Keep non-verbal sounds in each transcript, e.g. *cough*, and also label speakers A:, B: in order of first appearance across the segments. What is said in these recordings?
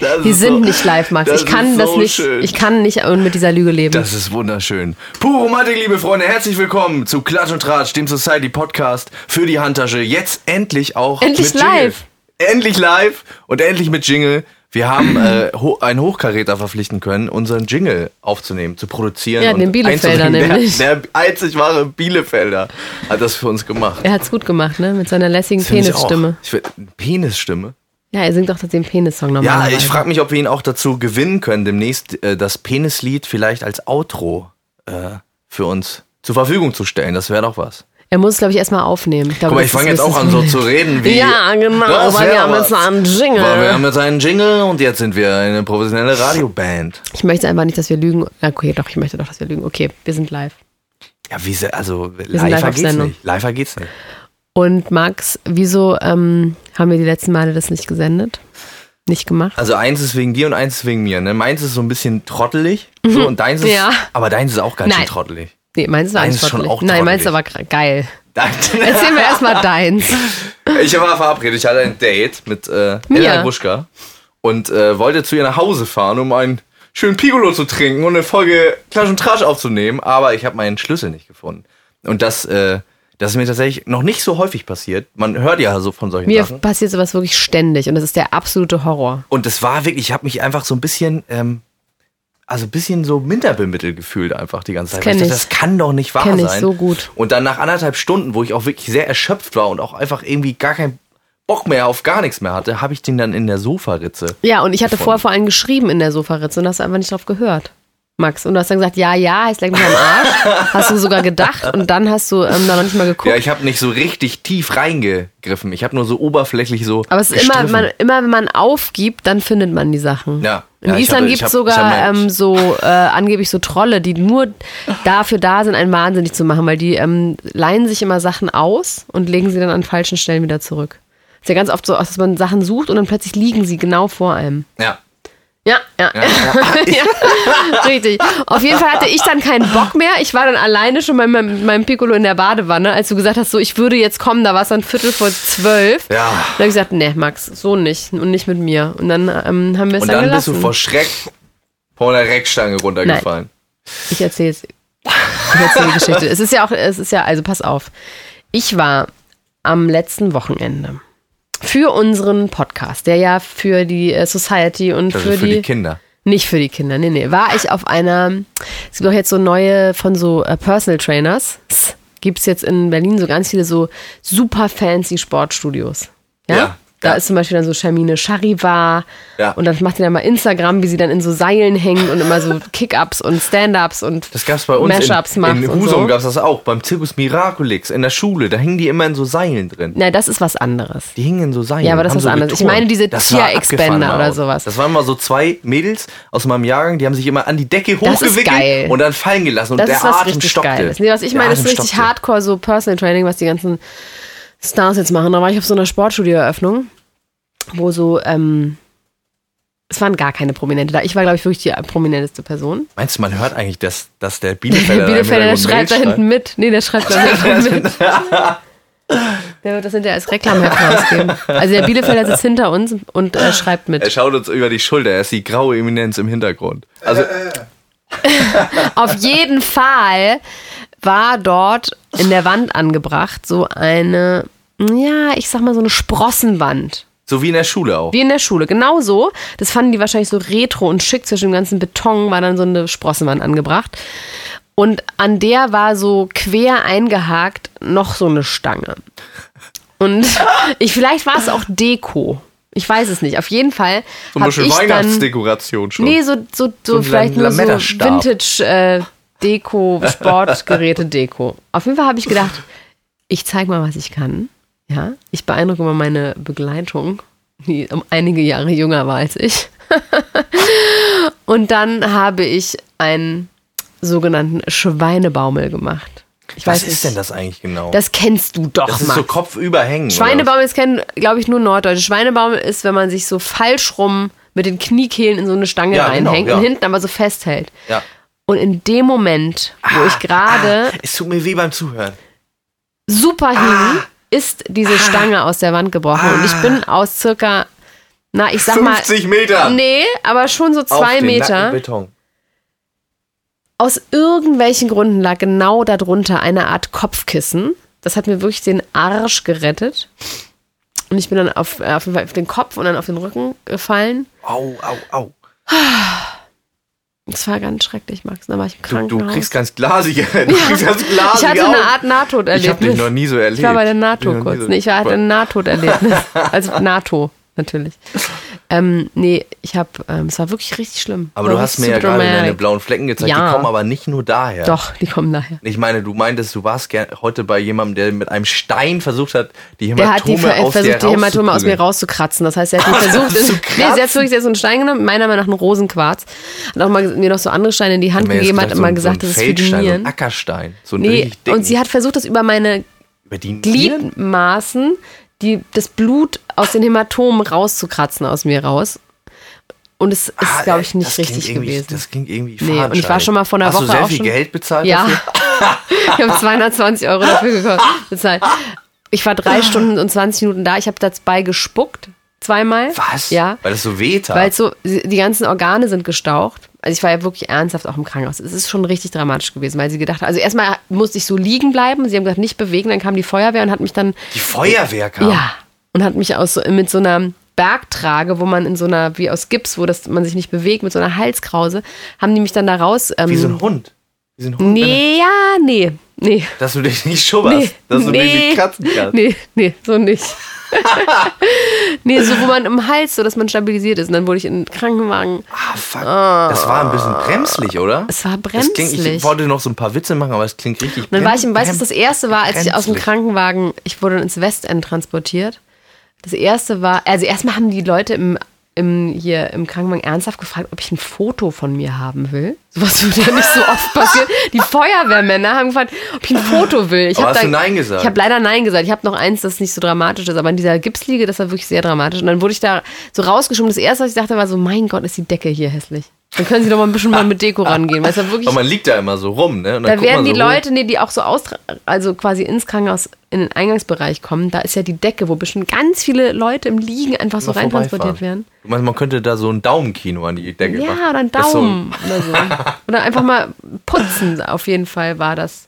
A: Das
B: Wir
A: ist
B: sind
A: so-
B: nicht live, Max.
A: das
B: ich kann
A: ist
B: das
A: so
B: nicht.
A: schön.
B: Ich kann nicht mit dieser Lüge leben.
A: Das ist wunderschön. Pure Romantik, liebe Freunde, herzlich willkommen zu Klatsch und Tratsch, dem Society Podcast für die Handtasche. Jetzt endlich auch
B: Endlich
A: mit
B: live.
A: Jingle. Endlich live und endlich mit Jingle. Wir haben äh, ho einen Hochkaräter verpflichten können, unseren Jingle aufzunehmen, zu produzieren.
B: Ja,
A: und
B: den Bielefelder
A: einzubringen.
B: *laughs* nämlich.
A: Der, der einzig wahre Bielefelder hat das für uns gemacht.
B: er hat's gut gemacht, ne? Mit seiner lässigen
A: Das finde ich auch.
B: Penisstimme.
A: Ich will- Penisstimme?
B: Ja, er singt doch den Penissong
A: Ja,
B: normalerweise.
A: ich frage mich, ob wir ihn auch dazu gewinnen können, demnächst äh, das Penislied vielleicht als Outro äh, für uns zur Verfügung zu stellen. Das wäre doch was.
B: Er muss es, glaube ich, erstmal aufnehmen. Ich glaube,
A: Guck mal,
B: das
A: ich fange
B: ist-
A: jetzt auch
B: das
A: an,
B: ist-
A: so zu reden wie.
B: Ja, genau,
A: Das
B: weil wir
A: wär
B: haben
A: was.
B: jetzt einen Jingle.
A: Weil wir haben jetzt einen Jingle und jetzt sind wir eine professionelle Radioband.
B: Ich möchte einfach nicht, dass wir lügen. Okay, doch, ich möchte doch, dass wir lügen. Okay, wir sind live.
A: Ja, wie se, also
B: live
A: live
B: auf
A: geht's
B: Sendung.
A: nicht. Live geht's nicht.
B: Und Max, wieso ähm, haben wir die letzten Male das nicht gesendet? Nicht gemacht?
A: Also eins ist wegen dir und eins ist wegen mir. Ne? Meins ist so ein bisschen trottelig. So, und deins ist.
B: Mhm. Ja.
A: Aber deins ist auch ganz schön
B: Nein.
A: trottelig.
B: Nee, meins war
A: Deins
B: eigentlich
A: ist schon
B: trottelig.
A: auch
B: Nein, meins war
A: trottelig.
B: gra- geil.
A: Dein-
B: Erzähl mir
A: *laughs*
B: erstmal deins.
A: Ich war verabredet, ich hatte ein Date mit äh, Ella
B: Mia.
A: Gruschka und äh, wollte zu ihr nach Hause fahren, um einen schönen Piccolo zu trinken und eine Folge Klatsch und Tratsch aufzunehmen, aber ich habe meinen Schlüssel nicht gefunden. Und das, äh, das ist mir tatsächlich noch nicht so häufig passiert. Man hört ja so von solchen
B: Mir
A: Sachen.
B: passiert sowas wirklich ständig und das ist der absolute Horror.
A: Und es war wirklich, ich habe mich einfach so ein bisschen, ähm, also ein bisschen so minderbemittelt gefühlt einfach die ganze Zeit.
B: kenn
A: Weil
B: ich.
A: dachte, das kann doch nicht wahr
B: Kenn
A: sein.
B: ich so gut.
A: Und dann nach anderthalb Stunden, wo ich auch wirklich sehr erschöpft war und auch einfach irgendwie gar keinen Bock mehr auf gar nichts mehr hatte, habe ich den dann in der Sofaritze.
B: Ja, und ich hatte
A: Gefunden.
B: vorher vor allem geschrieben in der Sofaritze und hast einfach nicht drauf gehört. Max, und du hast dann gesagt, ja, ja, heißt leck mich am
A: *laughs*
B: Arsch. hast du sogar gedacht und dann hast du ähm, da noch nicht mal geguckt.
A: Ja, ich habe nicht so richtig tief reingegriffen. Ich habe nur so oberflächlich so.
B: Aber es ist immer,
A: gestriffen.
B: man, immer, wenn man aufgibt, dann findet man die Sachen.
A: Ja.
B: In
A: Ja, ich
B: Island
A: hatte- ich
B: gibt es
A: hab- ich hab
B: sogar
A: mein-
B: ähm, so äh, angeblich so Trolle, die nur dafür da sind, einen wahnsinnig zu machen, weil die ähm, leihen sich immer Sachen aus und legen sie dann an falschen Stellen wieder zurück. Ist ja ganz oft so, dass man Sachen sucht und dann plötzlich liegen sie genau vor einem. *laughs*
A: Ja.
B: Ja, ja, ja. *laughs* Richtig. Auf jeden Fall hatte ich dann keinen Bock mehr. Ich war dann alleine schon bei meinem, mit meinem Piccolo in der Badewanne, als du gesagt hast, so ich würde jetzt kommen, da war es dann Viertel vor zwölf.
A: Ja.
B: Da habe ich gesagt, nee, Max, so nicht und nicht mit mir. Und dann ähm, haben wir es
A: Und
B: dann
A: dann bist
B: gelassen.
A: du vor Schreck von der Reckstange runtergefallen.
B: ich erzähle jetzt ich erzähl die Geschichte. Es ist ja auch, es ist ja, also pass auf. Ich war am letzten Wochenende für unseren Podcast, der ja für die äh, Society und
A: Also
B: für,
A: für die Kinder.
B: Nicht für die Kinder, nee, nee. War ich auf einer, es gibt auch jetzt so neue von so äh, Personal Trainers, gibt es jetzt in Berlin so ganz viele so super fancy Sportstudios. Ja.
A: Ja,
B: da
A: ja.
B: ist zum Beispiel dann so Shamine Charivar
A: Ja.
B: und dann macht die dann mal Instagram, wie sie dann in so Seilen hängt und immer so Kick-Ups und Stand-Ups und
A: Das gab's bei uns
B: Mashups
A: in,
B: macht
A: in
B: und
A: Husum
B: so.
A: gab's das auch, beim Circus Miraculix in der Schule, da hingen die immer in so Seilen drin.
B: Nein, das ist was anderes.
A: Die hingen in so Seilen.
B: Ja, aber das
A: haben
B: ist
A: so
B: was anderes. Ich
A: geturnt.
B: meine diese
A: Das sah
B: Tier-Expender
A: abgefahren
B: oder
A: aus.
B: sowas.
A: Das waren mal so zwei Mädels aus meinem Jahrgang, die haben sich immer an die Decke
B: Das ist
A: hochgewickelt
B: geil.
A: und dann fallen gelassen und
B: Das
A: der
B: ist was
A: Atem
B: richtig
A: stockte.
B: Geiles. Nee, was ich
A: Der
B: meine, ist
A: Atem
B: richtig
A: stockte.
B: hardcore, so Personal Training, was die ganzen Stars jetzt machen. Da war ich auf so einer Sportstudio-Eröffnung, wo so, ähm, es waren gar keine Prominente da. Ich war, glaube ich, wirklich die prominenteste Person.
A: Meinst du, man hört eigentlich, dass, dass der
B: Der
A: Bielefelder, da im
B: Bielefelder, der
A: Hintergrund
B: schreibt da
A: Mail
B: hinten mit. Nee, der schreibt da
A: *laughs*
B: hinten mit. Der wird das hinterher als Reklamheft rausgeben. Also der Bielefelder sitzt hinter uns und äh, schreibt
A: Er
B: mit.
A: schaut uns über die Schulter, er ist die graue Eminenz im Hintergrund. Also,
B: Auf jeden Fall war dort in der Wand angebracht, so eine, ja, ich sag mal so eine Sprossenwand.
A: So wie in der Schule auch.
B: Wie in der Schule, genau so. Das fanden die wahrscheinlich so retro und schick zwischen dem ganzen Beton, war dann so eine Sprossenwand angebracht. Und an der war so quer eingehakt noch so eine Stange. Und ich, vielleicht war es auch Deko. Ich weiß es nicht. Auf jeden Fall.
A: So ein
B: hab
A: bisschen
B: ich dann,
A: Weihnachtsdekoration schon.
B: Nee, so, so, so,
A: ein
B: vielleicht nur so äh,
A: Lametterstab.
B: Vintage-Deko, Sportgeräte-Deko. Auf jeden Fall habe ich gedacht, ich zeige mal, was ich kann. Ja, ich beeindrucke mal meine Begleitung, die um einige Jahre jünger war als ich. *laughs* Und dann habe ich einen sogenannten Schweinebaumel gemacht. Ich weiß
A: Was ist
B: nicht.
A: denn das eigentlich genau?
B: Das kennst du doch,
A: Das ist
B: Max.
A: so kopfüberhängen.
B: Schweinebaum ist kennen, glaube ich, nur Norddeutsche. Schweinebaum ist, wenn man sich so falsch rum mit den Kniekehlen in so eine Stange
A: Ja, genau,
B: reinhängt
A: ja.
B: und hinten aber so festhält.
A: Ja.
B: Und in dem Moment,
A: Ah,
B: wo ich gerade
A: Es tut mir weh beim Zuhören.
B: super
A: ah.
B: hing, ist diese Stange aus der Wand gebrochen. Und ich bin aus circa, na, ich sag mal.
A: 50 Meter.
B: Nee, aber schon so
A: Auf
B: zwei
A: den
B: Meter.
A: nackten Beton.
B: Aus irgendwelchen Gründen lag genau darunter eine Art Kopfkissen. Das hat mir wirklich den Arsch gerettet. Und ich bin dann auf, äh, auf, jeden Fall auf den Kopf und dann auf den Rücken gefallen.
A: Au, au, au.
B: Das war ganz schrecklich, Max. Da war ich im
A: Du,
B: Krankenhaus.
A: du kriegst ganz glasige.
B: *laughs*
A: Du kriegst ganz glasige
B: ich hatte eine
A: Augen.
B: Art Nahtoderlebnis.
A: Ich hab dich noch nie so erlebt.
B: Ich war bei der NATO
A: Ich hab noch nie
B: kurz.
A: so-
B: Nee, ich war- hatte ein Nahtoderlebnis. Also NATO, natürlich. Ähm, nee, ich habe, ähm, es war wirklich richtig schlimm.
A: Aber
B: War
A: du hast
B: wirklich
A: mir ja
B: so
A: gerade
B: dramatic.
A: deine blauen Flecken gezeigt.
B: Ja.
A: Die kommen aber nicht nur daher.
B: Doch, die kommen daher.
A: Ich meine, du meintest, du warst gern heute bei jemandem, der mit einem Stein versucht hat, die
B: Der hat die
A: Hämatome
B: ver
A: aus
B: versucht,
A: dir
B: die Hämatome aus mir
A: rauszuprügeln.
B: rauszukratzen. Das heißt, er hat die
A: *laughs*
B: versucht.
A: Zu
B: nee,
A: kratzen?
B: sie hat wirklich sie hat so einen Stein genommen, meiner Meinung nach einen Rosenquarz. Hat auch mal ges- mir noch so andere Steine in die Hand
A: Mir ist
B: gegeben, hat
A: gedacht, so
B: immer
A: ein-
B: gesagt,
A: so ein
B: das ist für die
A: Feldstein, So ein
B: Nieren.
A: Ackerstein. So ein
B: Nee,
A: richtig dicken.
B: und sie hat versucht, das über meine
A: über die Nieren?
B: Gliedmaßen die, das Blut aus den Hämatomen rauszukratzen aus mir raus. Und es ist,
A: Ah,
B: glaube ich,
A: ey,
B: nicht
A: das klingt
B: richtig
A: irgendwie-
B: gewesen.
A: Das klingt irgendwie
B: Nee, und ich war schon mal vor einer
A: Hast
B: Woche
A: du sehr
B: auch
A: viel
B: schon-
A: Geld bezahlt
B: ja.
A: dafür?
B: *laughs* ich habe 220 Euro dafür gekostet. bezahlt. Ich war drei Stunden und 20 Minuten da. Ich habe dabei gespuckt. Zweimal.
A: Was?
B: Ja.
A: Weil das so weh tat.
B: Weil so, die ganzen Organe sind gestaucht. Also ich war ja wirklich ernsthaft auch im Krankenhaus. Es ist schon richtig dramatisch gewesen, weil sie gedacht hat, also erstmal musste ich so liegen bleiben. Sie haben gesagt, nicht bewegen. Dann kam die Feuerwehr und hat mich dann
A: die Feuerwehr kam.
B: ja. Und hat mich aus, mit so einer Bergtrage, wo man in so einer, wie aus Gips, wo das, man sich nicht bewegt, mit so einer Halskrause, haben die mich dann da raus. Ähm,
A: Wie so ein Hund. Wie so ein Hund. wenn
B: nee, ja, nee. Nee.
A: er- Dass du dich nicht schubberst.
B: Nee,
A: dass du dich
B: nee,
A: nicht kratzen kannst.
B: Nee, nee, so
A: *laughs*
B: nicht. *laughs* nee, so wo man im Hals, so dass man stabilisiert ist. Und dann wurde ich in den Krankenwagen.
A: Ah, fuck. Das war ein bisschen bremslich, oder?
B: Es war
A: Das klingt, ich
B: bremslich.
A: wollte noch so ein paar Witze machen, aber es klingt richtig
B: Und dann war ich im,
A: brem-
B: weißt du, was das erste war, als ich aus dem
A: bremslich.
B: Krankenwagen, ich wurde ins Westend transportiert. Das erste war, also erstmal haben die Leute im, im, hier im Krankenwagen ernsthaft gefragt, ob ich ein Foto von mir haben will. Sowas würde ja nicht so oft passieren. Die Feuerwehrmänner haben gefragt, ob ich ein Foto will. Ich
A: Aber
B: hab
A: hast
B: da-
A: du Nein gesagt?
B: Ich habe leider Nein gesagt. Ich habe noch eins, das nicht so dramatisch ist, aber in dieser Gipsliege, das war wirklich sehr dramatisch. Und dann wurde ich da so rausgeschoben. Das erste, was ich dachte, war so, mein Gott, ist die Decke hier hässlich. Dann können sie doch mal ein bisschen mal mit Deko rangehen. Weil es war wirklich
A: Aber man liegt da immer so rum, ne? Und dann
B: da
A: guckt
B: werden
A: man
B: die
A: so hoch.
B: Leute, nee, die auch so aus, also quasi ins Krankenhaus in den Eingangsbereich kommen, da ist ja die Decke, wo bestimmt ganz viele Leute im Liegen einfach so
A: mal
B: reintransportiert
A: vorbeifahren.
B: werden.
A: Du meinst, man könnte da so ein Daumenkino an die Decke machen.
B: Ja, oder ein
A: Das genau. ist so ein-
B: Daumen oder so. Oder einfach mal putzen, auf jeden Fall war das.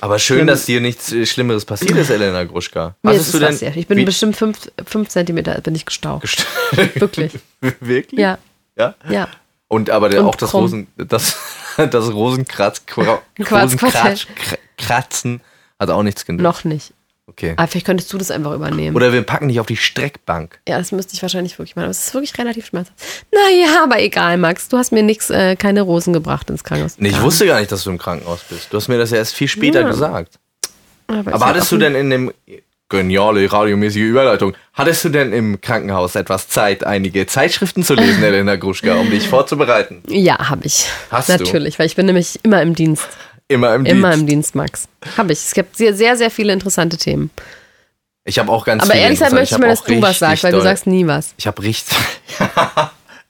A: Aber schön, dass dir nichts äh, Schlimmeres passiert ist, Elena Gruschka.
B: Mir
A: Hast
B: ist
A: du
B: es
A: denn?
B: passiert. Ich bin
A: wie-
B: bestimmt fünf, fünf Zentimeter bin ich gestaucht. Wirklich.
A: *laughs* Wirklich?
B: Ja,
A: ja?
B: ja.
A: Und aber der,
B: Und
A: auch das
B: krumm.
A: Rosen, das, *laughs* das Rosenkratz,
B: Quarz-
A: Rosenkratz, Kratzen hat auch nichts genützt.
B: Noch nicht.
A: Okay.
B: Aber vielleicht könntest du das einfach übernehmen.
A: Oder wir packen dich auf die Streckbank.
B: Ja, das müsste ich wahrscheinlich wirklich machen. Aber es ist wirklich relativ schmerzhaft. Naja, aber egal, Max. Du hast mir nix, äh, keine Rosen gebracht ins Krankenhaus.
A: Nee, ich wusste gar nicht, dass du im Krankenhaus bist. Du hast mir das ja erst viel später
B: Ja.
A: gesagt.
B: Aber, ich
A: Aber
B: hab
A: hattest
B: auch
A: du
B: nie-
A: denn in dem geniale radiomäßige Überleitung, hattest du denn im Krankenhaus etwas Zeit, einige Zeitschriften
B: *laughs*
A: zu lesen, Elena Gruschka, um dich vorzubereiten?
B: Ja, habe ich.
A: Hast du?
B: Natürlich, weil ich bin nämlich immer im Dienst.
A: Immer im
B: Immer
A: Dienst.
B: im Dienst, Max. Habe ich. Es gibt sehr, sehr, sehr viele interessante Themen.
A: Ich habe auch ganz
B: Aber
A: viele
B: ehrlich gesagt
A: interessante-
B: möchte ich mal,
A: hab auch
B: dass du was
A: richtig
B: sagst, weil du
A: doll-
B: sagst nie was.
A: Ich habe richtig. *laughs*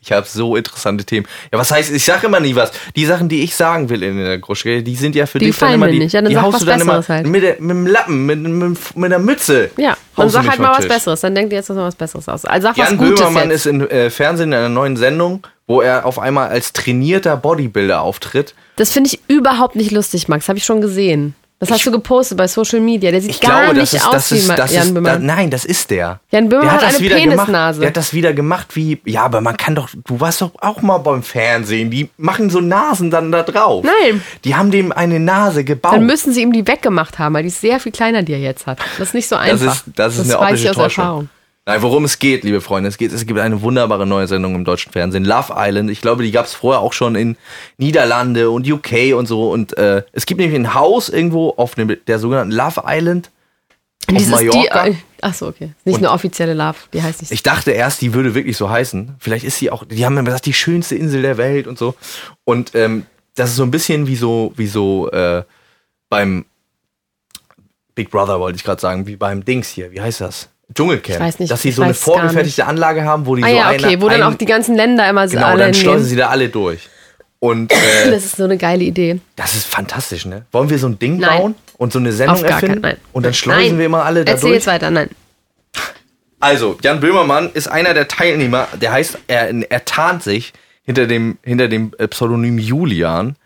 A: Ich habe so interessante Themen. Ja, was heißt, ich sage immer nie was. Die Sachen, die ich sagen will in der Groschke, die sind ja für
B: Die
A: dich dann
B: gefallen
A: immer
B: mir
A: die,
B: nicht. Ja, dann
A: die
B: sag
A: haust
B: was
A: du dann immer
B: Besseres halt.
A: mit, der, mit dem Lappen, mit, mit, mit der Mütze.
B: Ja, dann
A: Haust du
B: sag
A: mich
B: halt mal
A: vom
B: was
A: Tisch.
B: Besseres. Dann denkt ihr jetzt noch was Besseres aus. Also sag
A: Jan
B: was Gutes
A: Böhmermann
B: jetzt.
A: ist im äh, Fernsehen in einer neuen Sendung, wo er auf einmal als trainierter Bodybuilder auftritt.
B: Das finde ich überhaupt nicht lustig, Max. Habe ich schon gesehen. Das hast du gepostet bei Social Media. Der sieht
A: Ich
B: gar
A: glaube,
B: nicht
A: das ist,
B: aus
A: das
B: wie
A: ist,
B: Ma-
A: das
B: Jan
A: ist, da,
B: Böhmermann.
A: nein, das ist der.
B: Jan Böhmermann
A: der
B: hat
A: das
B: eine
A: wieder Gemacht,
B: Penisnase.
A: der hat das wieder gemacht wie, ja, aber man kann doch, du warst doch auch mal beim Fernsehen, die machen so Nasen dann da drauf.
B: Nein.
A: Die haben dem eine Nase gebaut.
B: Dann müssen sie ihm die weggemacht haben, weil die ist sehr viel kleiner, die er jetzt hat. Das ist nicht so
A: das
B: einfach.
A: ist, das ist eine
B: weiß ich
A: optische
B: aus
A: Täuschung.
B: Erfahrung.
A: Nein, worum es geht, liebe Freunde, es geht, es gibt eine wunderbare neue Sendung im deutschen Fernsehen, Love Island. Ich glaube, die gab es vorher auch schon in Niederlande und UK und so. Und äh, es gibt nämlich ein Haus irgendwo auf dem, der sogenannten Love Island. Auf
B: Dieses
A: Mallorca.
B: Die, achso, okay. Nicht eine offizielle Love, die heißt nicht so.
A: Ich dachte erst, die würde wirklich so heißen. Vielleicht ist sie auch, die haben immer gesagt, die schönste Insel der Welt und so. Und ähm, das ist so ein bisschen wie so, wie so äh, beim Big Brother, wollte ich gerade sagen, wie beim Dings hier, wie heißt das? Dschungelcamp.
B: Ich weiß nicht,
A: Dass sie
B: ich
A: so eine
B: weiß es gar nicht.
A: vorgefertigte Anlage haben, wo die
B: Ah
A: so
B: ja,
A: eine,
B: okay, wo dann
A: ein-
B: auch die ganzen Länder immer so
A: Genau, und
B: alle
A: dann schlossen
B: nehmen.
A: sie da alle durch. Und
B: *laughs*
A: äh,
B: Das ist so eine geile Idee.
A: das ist fantastisch, ne? Wollen wir so ein Ding
B: Nein.
A: bauen und so eine Sendung
B: Auf gar keinen
A: erfinden?
B: Fall.
A: Und dann schleusen
B: Nein.
A: wir immer alle da
B: Erzähl
A: durch?
B: jetzt weiter, nein.
A: Also, Jan Böhmermann ist einer der Teilnehmer, der heißt, er, er tarnt sich hinter dem, hinter dem äh, Pseudonym Julian.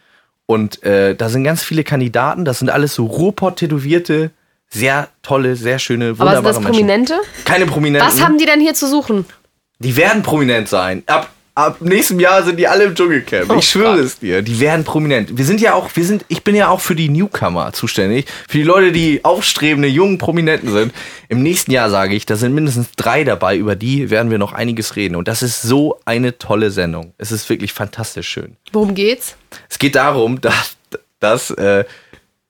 A: Und äh, da sind ganz viele Kandidaten, das sind alles so Ruhrpott-tätowierte, sehr tolle, sehr schöne,
B: Aber
A: wunderbare
B: sind das
A: Menschen. hm?
B: Prominente?
A: Keine Prominenten.
B: Was haben die denn hier zu suchen?
A: Die werden prominent sein. Ab, ab nächstem Jahr sind die alle im Dschungelcamp.
B: Oh
A: ich schwöre
B: Gott.
A: es dir. Die werden prominent. Wir sind ja auch, wir sind, ich bin ja auch für die Newcomer zuständig. Für die Leute, die aufstrebende, jungen Prominenten sind. Im nächsten Jahr sage ich, da sind mindestens drei dabei. Über die werden wir noch einiges reden. Und das ist so eine tolle Sendung. Es ist wirklich fantastisch schön.
B: Worum geht's?
A: Es geht darum, *laughs* dass, dass äh,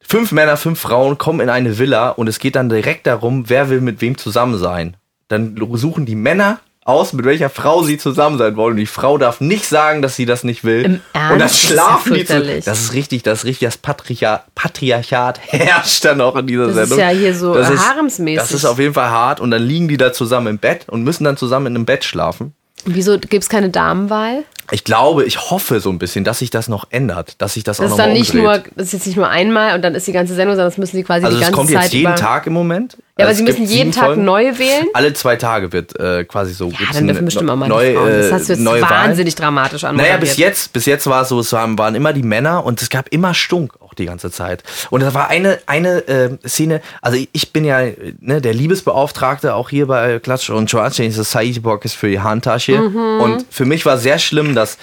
A: fünf Männer, fünf Frauen kommen in eine Villa und es geht dann direkt darum, wer will mit wem zusammen sein. Dann suchen die Männer aus, mit welcher Frau sie zusammen sein wollen. Und die Frau darf nicht sagen, dass sie das nicht will.
B: Im Ernst?
A: Und dann
B: Das ist ja
A: schlafen die zu.
B: fürchterlich.
A: Das ist richtig, das ist richtig. Das Patriar Patriarchat *laughs* herrscht dann auch in dieser
B: Das ist
A: Sendung.
B: ja hier so
A: Das ist-
B: haremsmäßig.
A: Das ist auf jeden Fall hart. Und dann liegen die da zusammen im Bett und müssen dann zusammen in einem Bett schlafen.
B: Wieso gibt's keine Damenwahl?
A: Ich glaube, ich hoffe so ein bisschen, dass sich das noch ändert, dass sich das, auch
B: Das
A: noch
B: ist
A: mal
B: dann nicht
A: umdreht.
B: nur, das ist jetzt nicht nur einmal und dann ist die ganze Sendung, sondern das müssen sie quasi
A: Also
B: die
A: es
B: ganze
A: kommt
B: Zeit
A: jetzt jeden
B: über-
A: Tag im Moment.
B: Ja, aber
A: Also
B: sie
A: es
B: müssen
A: gibt
B: jeden
A: sieben
B: Tag
A: Folgen.
B: neu wählen.
A: Alle zwei Tage wird äh, quasi so.
B: Ja, dann dürfen bestimmt auch mal die
A: äh,
B: Frauen. Das hast du jetzt wahnsinnig dramatisch an.
A: Naja, bis jetzt, bis jetzt war es so, es waren, waren immer die Männer und es gab immer Stunk auch die ganze Zeit. Und da war eine, eine äh, Szene, also ich- ich bin ja äh, ne, der Liebesbeauftragte auch hier bei Klatsch und Schwarz, den Society Box ist für die Handtasche. Und für mich war sehr schlimm, dass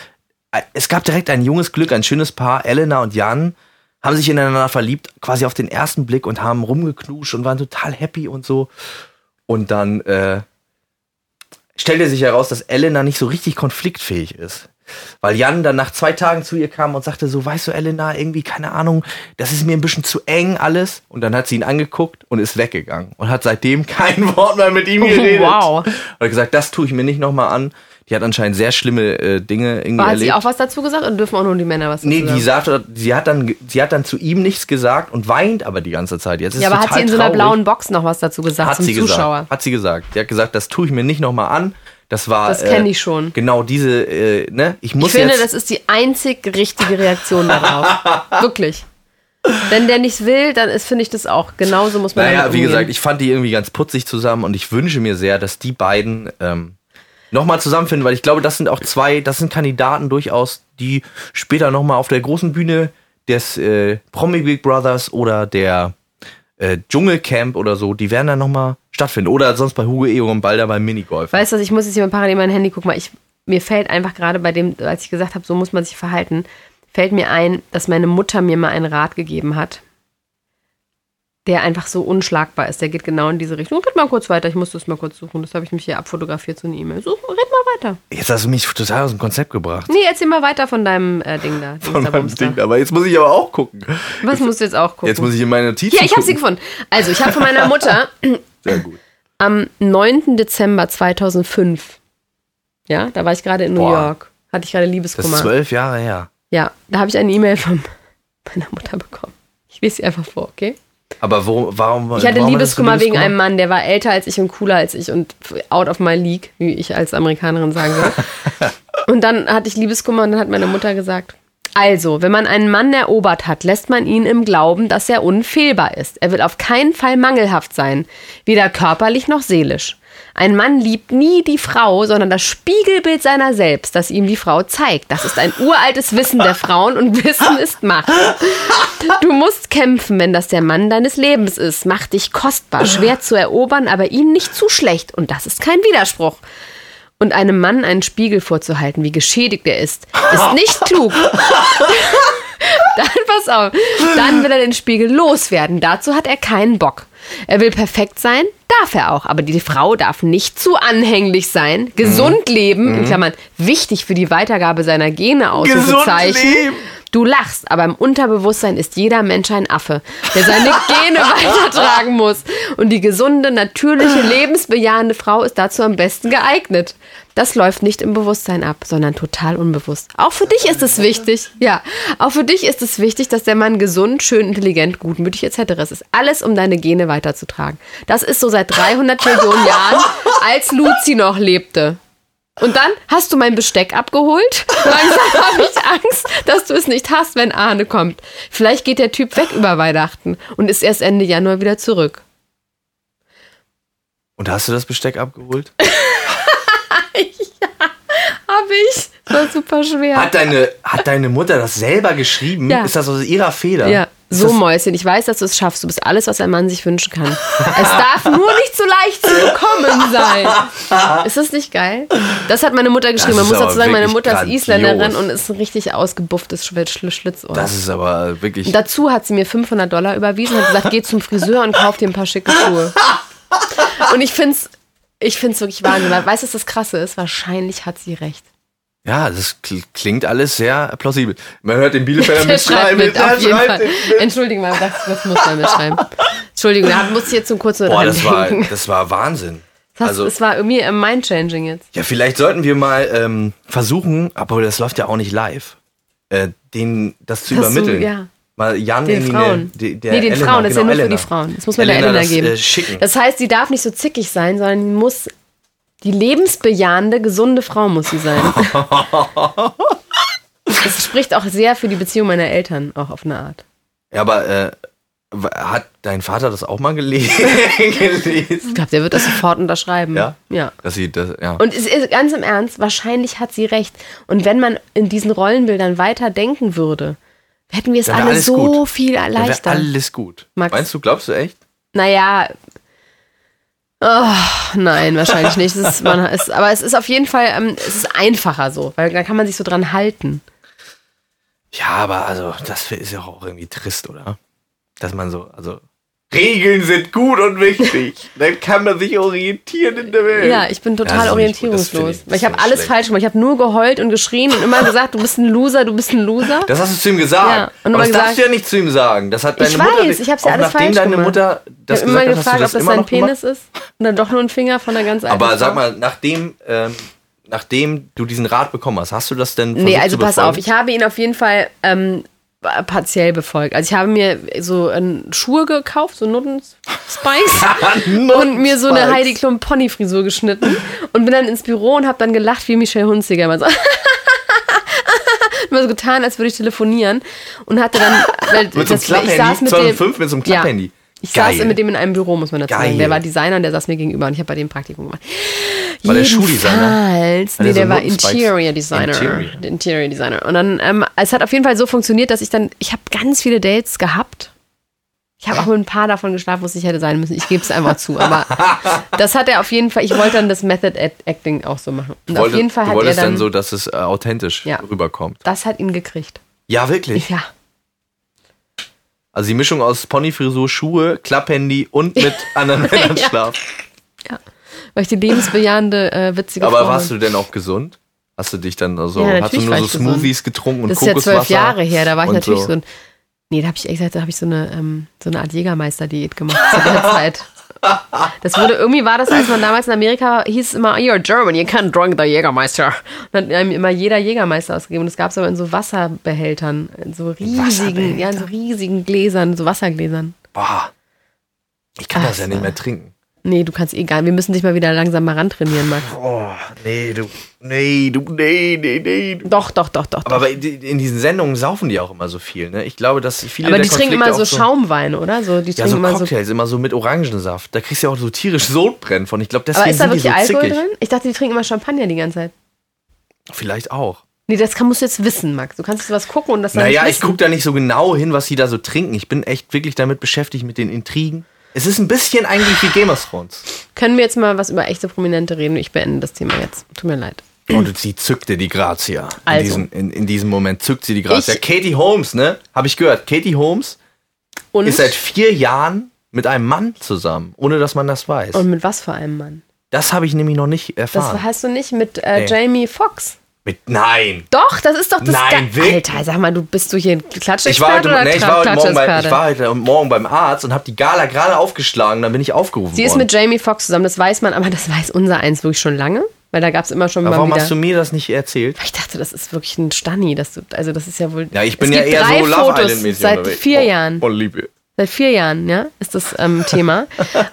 A: äh, es gab direkt ein junges Glück, ein schönes Paar, Elena und Jan. Haben sich ineinander verliebt, quasi auf den ersten Blick und haben rumgeknuscht und waren total happy und so. Und dann äh, stellte sich heraus, dass Elena nicht so richtig konfliktfähig ist. Weil Jan dann nach zwei Tagen zu ihr kam und sagte so, weißt du, Elena, irgendwie, keine Ahnung, das ist mir ein bisschen zu eng alles. Und dann hat sie ihn angeguckt und ist weggegangen und hat seitdem *laughs* kein Wort mehr mit ihm geredet.
B: wow.
A: Und hat gesagt, das tue ich mir nicht nochmal an. Die hat anscheinend sehr schlimme äh, Dinge irgendwie
B: War, hat sie
A: erlebt.
B: auch was dazu gesagt und dürfen auch nur die Männer was dazu
A: Nee, die
B: sagen?
A: sagte, sie hat dann, ge- sie hat dann zu ihm nichts gesagt und weint aber die ganze Zeit. Jetzt ist
B: Ja, aber hat
A: total
B: sie in so einer
A: traurig.
B: blauen Box noch was dazu gesagt
A: Hat
B: zum
A: sie
B: Zuschauer?
A: gesagt. Hat sie gesagt. Sie hat gesagt, das tue ich mir nicht nochmal an. Das war.
B: Das kenn ich schon.
A: Genau diese, äh, ne? Ich muss
B: Ich finde,
A: jetzt.
B: das ist die einzig richtige Reaktion
A: *laughs*
B: darauf. Wirklich. Wenn der nicht will, dann ist, finde ich das auch. Genauso muss man
A: naja,
B: damit
A: wie
B: umgehen.
A: gesagt, ich fand die irgendwie ganz putzig zusammen und ich wünsche mir sehr, dass die beiden ähm, nochmal zusammenfinden, weil ich glaube, das sind auch zwei, das sind Kandidaten durchaus, die später nochmal auf der großen Bühne des äh, Promi Big Brothers oder der äh, Dschungelcamp oder so, die werden dann nochmal stattfinden. Oder sonst bei Hugo Egon Balder beim Minigolf.
B: Weißt du, was, ich muss jetzt hier mal parallel mein Handy gucken, weil ich, mir fällt einfach gerade bei dem, als ich gesagt habe, so muss man sich verhalten, fällt mir ein, dass meine Mutter mir mal einen Rat gegeben hat, der einfach so unschlagbar ist. Der geht genau in diese Richtung. Red mal kurz weiter, ich muss das mal kurz suchen. Das habe ich mich hier abfotografiert, so eine E-Mail. Such, red mal weiter.
A: Jetzt hast du mich total aus dem Konzept gebracht.
B: Nee, erzähl mal weiter von deinem äh, Ding da.
A: Von meinem
B: Dingsda-Bumsda.
A: Ding. Aber jetzt muss ich aber auch gucken.
B: Was musst du jetzt auch gucken?
A: Jetzt muss ich in meine Notizen
B: ja, ich habe sie
A: gucken.
B: gefunden. Also, ich habe von meiner Mutter
A: *laughs* Sehr gut.
B: am 9. Dezember 2005, ja, da war ich gerade in New
A: Boah.
B: York, hatte ich gerade
A: Das ist
B: Liebeskummer.
A: zwölf Jahre her.
B: Ja, da habe ich eine E-Mail von *laughs* meiner Mutter bekommen. Ich lese sie einfach vor, okay?
A: Aber wo, warum
B: Ich hatte
A: warum
B: Liebeskummer
A: hattest du
B: wegen einem Mann, der war älter als ich und cooler als ich und out of my league, wie ich als Amerikanerin sagen würde. Und dann hatte ich Liebeskummer und dann hat meine Mutter gesagt, also, wenn man einen Mann erobert hat, lässt man ihn im Glauben, dass er unfehlbar ist. Er wird auf keinen Fall mangelhaft sein, weder körperlich noch seelisch. Ein Mann liebt nie die Frau, sondern das Spiegelbild seiner selbst, das ihm die Frau zeigt. Das ist ein uraltes Wissen der Frauen und Wissen ist Macht. Du musst kämpfen, wenn das der Mann deines Lebens ist. Mach dich kostbar, schwer zu erobern, aber ihm nicht zu schlecht. Und das ist kein Widerspruch. Und einem Mann einen Spiegel vorzuhalten, wie geschädigt er ist, ist nicht klug. Dann pass auf. Dann will er den Spiegel loswerden. Dazu hat er keinen Bock. Er will perfekt sein, darf er auch, aber die Frau darf nicht zu anhänglich sein. Gesund leben, in Klammern, wichtig für die Weitergabe seiner Gene Ausrufezeichen.
A: leben!
B: Du lachst, aber im Unterbewusstsein ist jeder Mensch ein Affe, der seine Gene weitertragen muss. Und die gesunde, natürliche, lebensbejahende Frau ist dazu am besten geeignet. Das läuft nicht im Bewusstsein ab, sondern total unbewusst. Auch für dich ist es wichtig, ja, auch für dich ist es wichtig, dass der Mann gesund, schön, intelligent, gutmütig etc. ist. Es ist alles, um deine Gene weiterzutragen. Das ist so seit 300 Millionen Jahren, als Luzi noch lebte. Und dann hast du mein Besteck abgeholt. *laughs* Langsam habe ich Angst, dass du es nicht hast, wenn Arne kommt. Vielleicht geht der Typ weg über Weihnachten und ist erst Ende Januar wieder zurück.
A: Und hast du das Besteck abgeholt?
B: Hab ich. Das war super schwer.
A: Hat deine, hat deine Mutter das selber geschrieben?
B: Ja.
A: Ist das aus ihrer Feder?
B: ja. So, Mäuschen, ich weiß, dass du es schaffst. Du bist alles, was ein Mann sich wünschen kann. Es darf nur nicht so leicht zu bekommen sein. Ist das nicht geil? Das hat meine Mutter geschrieben. Man
A: Das ist
B: muss
A: aber
B: dazu sagen, meine
A: wirklich
B: Mutter ist
A: grandios.
B: Isländerin und ist ein richtig ausgebufftes Schl- Schlitzohr.
A: Das ist aber wirklich.
B: Und Dazu hat sie mir 500 Dollar überwiesen und hat gesagt, geh zum Friseur und kauf dir ein paar schicke
A: *laughs*
B: Schuhe. Und ich find's, ich find's wirklich Wahnsinn. Weil, weißt du, was das Krasse ist? Wahrscheinlich hat sie recht.
A: Ja, das kl- klingt alles sehr plausibel. Man hört den Bielefelder
B: *laughs* Der
A: mit
B: schreibt
A: schreiben.
B: mit,
A: Ja,
B: auf jeden
A: schreibt
B: Fall.
A: den mit.
B: Entschuldigung, mal, das, das muss man mitschreiben. Entschuldigung, da musste ich jetzt so kurz
A: Boah,
B: dran
A: das *laughs* war,
B: denken.
A: das war Wahnsinn.
B: Das,
A: also,
B: das war irgendwie äh, mind-changing jetzt.
A: ja, vielleicht sollten wir mal ähm, versuchen, aber das läuft ja auch nicht live, äh, den, das zu
B: Das so,
A: übermitteln.
B: ja.
A: Mal Jan
B: Den
A: irgendwie
B: Frauen.
A: Eine, die- der
B: nee, den
A: Elena,
B: Frauen, das ist ja
A: genau,
B: nur für
A: Elena.
B: die Frauen. Das muss man
A: Elena
B: der Elena
A: das,
B: geben.
A: Äh, schicken.
B: Das heißt, sie darf nicht so zickig sein, sondern die muss die lebensbejahende, gesunde Frau muss sie
A: *laughs*
B: sein. das spricht auch sehr für die Beziehung meiner Eltern, auch auf eine Art.
A: ja, aber äh, w- hat dein Vater das auch mal gele *laughs* gelesen?
B: Ich glaube, der wird das sofort unterschreiben.
A: Ja?
B: Ja.
A: Das sieht, das, ja.
B: Und es ist ganz im Ernst, wahrscheinlich hat sie recht. Und wenn man in diesen Rollenbildern weiter denken würde, hätten wir es
A: Dann wär
B: alle
A: alles
B: so
A: gut.
B: viel
A: Dann wär
B: leichter.
A: alles gut.
B: Max.
A: Meinst du, glaubst du echt?
B: Naja. Oh, nein, wahrscheinlich nicht. Es ist, man ist, aber es ist auf jeden Fall, ähm, es ist einfacher so, weil da kann man sich so dran halten.
A: Ja, aber also, das ist ja auch irgendwie trist, oder? Dass man so, also. Regeln sind gut
B: *laughs*
A: und wichtig. Dann kann man sich orientieren in der Welt.
B: Ja, ich bin
A: das
B: total
A: ist nicht gut. Das finde
B: orientierungslos.
A: ich- das
B: weil ich habe
A: finde ich
B: alles
A: schlecht.
B: falsch gemacht. Ich habe nur geheult und geschrien und immer gesagt, du bist ein Loser, du bist ein Loser.
A: Das hast du zu ihm gesagt.
B: Ja, und immer
A: aber das darfst
B: gesagt-
A: du ja nicht zu ihm sagen. Das hat deine
B: ich
A: Mutter.
B: weiß, ich habe ja
A: auch
B: alles
A: nachdem
B: falsch
A: deine
B: gemacht.
A: Mutter das
B: ich habe immer
A: gesagt hat,
B: gefragt, ob
A: hast du das
B: das
A: immer
B: sein
A: noch
B: Penis ne?
A: gemacht.
B: ist und dann doch nur ein Finger von einer ganz alten
A: Aber
B: Frau.
A: sag mal, nachdem, ähm, nachdem du diesen Rat bekommen hast, hast du das denn versucht
B: Nee, also
A: zu
B: pass
A: befolgen?
B: auf, ich habe ihn auf jeden Fall ähm, partiell befolgt. Also ich habe mir so ähm, Schuhe gekauft, so Nutten-Spikes.
A: *laughs*
B: und mir so eine Heidi Klum Pony Frisur geschnitten und bin dann ins Büro und habe dann gelacht wie Michelle Hunziger immer so *laughs* immer so getan als würde ich telefonieren und hatte dann weil
A: Mit so einem
B: das- ich saß
A: Klapphandy.
B: mit dem
A: 2005 mit so einem Klapphandy.
B: ich
A: Geil.
B: saß mit dem in einem Büro, muss man dazu sagen.
A: Geil.
B: Der war Designer und der saß mir gegenüber und ich habe bei dem Praktikum gemacht.
A: War der Schuhdesigner?
B: Jedenfalls,
A: Hat
B: nee,
A: er so
B: der war
A: Nuttenspikes?
B: Interior Designer.
A: Interior.
B: Der Interior Designer. Und dann, ähm, es hat auf jeden Fall so funktioniert, dass ich dann, ich habe ganz viele Dates gehabt. Ich habe auch mit ein paar davon geschlafen, wo es nicht hätte sein müssen. Ich gebe es einfach zu. Aber das hat er auf jeden Fall, ich wollte dann das Method Act- Acting auch so machen. Und auf
A: Wolltest-
B: jeden Fall
A: du
B: hat er
A: wolltest
B: dann,
A: dann so, dass es äh, authentisch
B: Ja.
A: rüberkommt.
B: das hat ihn gekriegt.
A: Ja, wirklich.
B: Ja.
A: Also die Mischung aus Ponyfrisur, Schuhe, Klapphandy
B: *laughs*
A: und mit anderen Männern
B: Ja.
A: schlafen.
B: Weil ich die lebensbejahende, äh, witzige
A: Aber
B: Frau
A: warst
B: bin.
A: du denn auch gesund? Hast du dich dann so,
B: Ja,
A: hast du
B: natürlich
A: nur
B: war
A: so
B: ich gesund.
A: Smoothies getrunken und
B: Das ist ja
A: Kokoswasser?
B: zwölf Jahre her, da war ich
A: und
B: natürlich so,
A: so.
B: ein. Nee, da habe ich ehrlich gesagt, da habe ich so eine, ähm, so eine Art Jägermeister-Diät gemacht zu
A: *laughs*
B: der Zeit. Das wurde, irgendwie war das, als man damals in Amerika war, hieß es immer, you're German, you can't drink the Jägermeister. Und dann hat einem immer jeder Jägermeister ausgegeben. Und das gab es aber in so Wasserbehältern, in so riesigen, ja, in so riesigen Gläsern, so Wassergläsern.
A: Boah, ich kann das ja
B: Ach,
A: nicht mehr trinken.
B: Nee, du kannst egal. Wir müssen dich mal wieder langsam mal rantrainieren, Max.
A: Oh, nee, du. Nee, du. Nee, nee, nee. Du.
B: Doch, doch, doch, doch. doch.
A: Aber bei- die- in diesen Sendungen saufen die auch immer so viel, ne? Ich glaube, dass viele.
B: Aber
A: der
B: die trinken
A: Konflikte
B: immer so
A: auch
B: Schaumwein, oder? So, die
A: Ja,
B: trinken
A: so
B: immer so.
A: Cocktails, immer so mit Orangensaft. Da kriegst du ja auch so tierisch Sodbrennen von. Ich glaube, deswegen
B: Aber ist da
A: sind die
B: wirklich
A: so
B: Alkohol
A: zickig.
B: drin? Ich dachte, die trinken immer Champagner die ganze Zeit.
A: Vielleicht auch.
B: Nee, das kann, musst du jetzt wissen, Max. Du kannst jetzt was gucken und das dann
A: Naja,
B: nicht
A: ich
B: wissen.
A: gucke da nicht so genau hin, was die da so trinken. Ich bin echt wirklich damit beschäftigt, mit den Intrigen. Es ist ein bisschen eigentlich wie Game of Thrones.
B: Können wir jetzt mal was über echte Prominente reden? Ich beende das Thema jetzt. Tut mir leid.
A: Und sie zückte die Grazia.
B: Also.
A: In, diesem, in, in diesem Moment zückt sie die Grazia.
B: Ich-
A: Katie Holmes, ne? Habe ich gehört. Katie Holmes
B: Und,
A: ist seit vier Jahren mit einem Mann zusammen, ohne dass man das weiß.
B: und mit was vor allem, Mann?
A: das habe ich nämlich noch nicht
B: Das
A: erfahren.
B: hast du nicht mit äh,
A: Nee.
B: Jamie Foxx.
A: Mit, nein,
B: Doch, das ist doch das
A: Nein,
B: Ge-
A: wirklich?
B: Alter, sag mal, du bist du hier ein Klatschexperte
A: Ich war, heute,
B: oder
A: nee, ich, war heute morgen bei, ich
B: Klatschexperte?
A: war heute Morgen beim Arzt und habe die Gala gerade aufgeschlagen, dann bin ich aufgerufen
B: Sie
A: worden.
B: ist mit Jamie Foxx zusammen, das weiß man, aber das weiß unser Eins wirklich schon lange, weil da gab es immer schon mal
A: Warum
B: wieder.
A: hast du mir das nicht erzählt?
B: ich dachte, das ist wirklich ein Stanni, dass du, also das ist ja wohl.
A: Ja, ich bin
B: es
A: ja
B: gibt
A: eher
B: drei
A: so Love
B: Fotos
A: Island-mäßig
B: seit
A: unterwegs.
B: vier
A: Oh,
B: Jahren.
A: Oh, Liebe.
B: Seit vier Jahren, ja, ist das ähm,
A: *laughs*
B: Thema.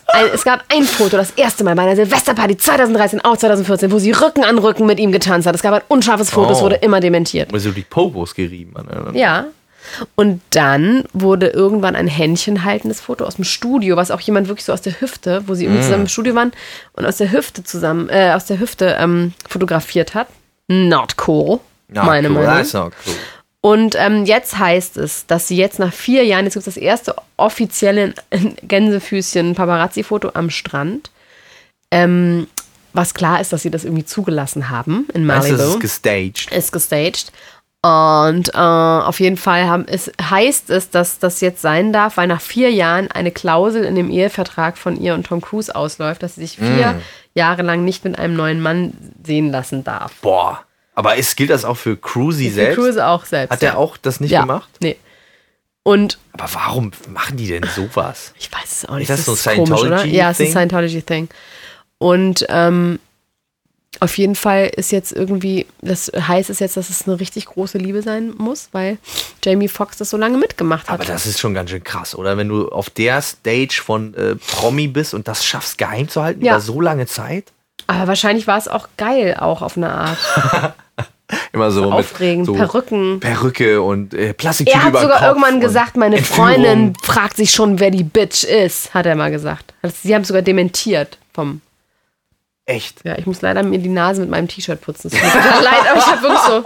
B: Ein, es gab ein Foto, das erste Mal bei einer Silvesterparty 2013, auch 2014, wo sie Rücken an Rücken mit ihm getanzt hat. Es gab ein unscharfes Foto, es
A: Oh.
B: wurde immer dementiert.
A: Also die Popos gerieben. ne? aneinander.
B: Ja. Und dann wurde irgendwann ein händchenhaltendes Foto aus dem Studio, was auch jemand wirklich so aus der Hüfte, wo sie irgendwie
A: Mm.
B: zusammen im Studio waren und aus der Hüfte zusammen, äh, aus der Hüfte ähm, fotografiert hat. Not cool.
A: Na,
B: meine
A: cool, also
B: Meinung.
A: that's not cool.
B: Und ähm, jetzt heißt es, dass sie jetzt nach vier Jahren, jetzt gibt es das erste offizielle *laughs* Gänsefüßchen Paparazzi-Foto am Strand. Ähm, was klar ist, dass sie das irgendwie zugelassen haben in
A: Weißt
B: Malibu
A: du, das ist gestaged.
B: ist gestaged. Und äh, auf jeden Fall haben, es, heißt es, dass das jetzt sein darf, weil nach vier Jahren eine Klausel in dem Ehevertrag von ihr und Tom Cruise ausläuft, dass sie sich vier
A: Mm.
B: Jahre lang nicht mit einem neuen Mann sehen lassen darf.
A: Boah. Aber ist, gilt das auch für Cruzy
B: Tom
A: selbst?
B: Cruise auch selbst.
A: Hat der auch das nicht
B: ja.
A: gemacht?
B: Nee. Und
A: Aber warum machen die denn sowas?
B: ich weiß es auch nicht.
A: Ist das so ein
B: komisch, oder?
A: Scientology-Thing?
B: Ja, es ist ein Scientology-Thing. Und ähm, auf jeden Fall ist jetzt irgendwie, das heißt es jetzt, dass es eine richtig große Liebe sein muss, weil Jamie Foxx das so lange mitgemacht hat.
A: Aber das ist schon ganz schön krass, oder? Wenn du auf der Stage von äh, Promi bist und das schaffst, geheim zu halten
B: Ja.
A: über so lange Zeit?
B: Aber wahrscheinlich war es auch geil, auch auf eine Art.
A: Immer so
B: Aufregend,
A: mit so
B: Perücken.
A: Perücke und äh, Plastiktüte
B: Er hat
A: über den
B: sogar
A: Kopf
B: irgendwann
A: und
B: gesagt, meine
A: Entführung.
B: Freundin fragt sich schon, wer die Bitch ist, hat er mal gesagt. Also, Sie haben es sogar dementiert vom.
A: Echt?
B: Ja, ich muss leider mir die Nase mit meinem T-Shirt putzen. Es tut mir total leid, aber ich habe wirklich so.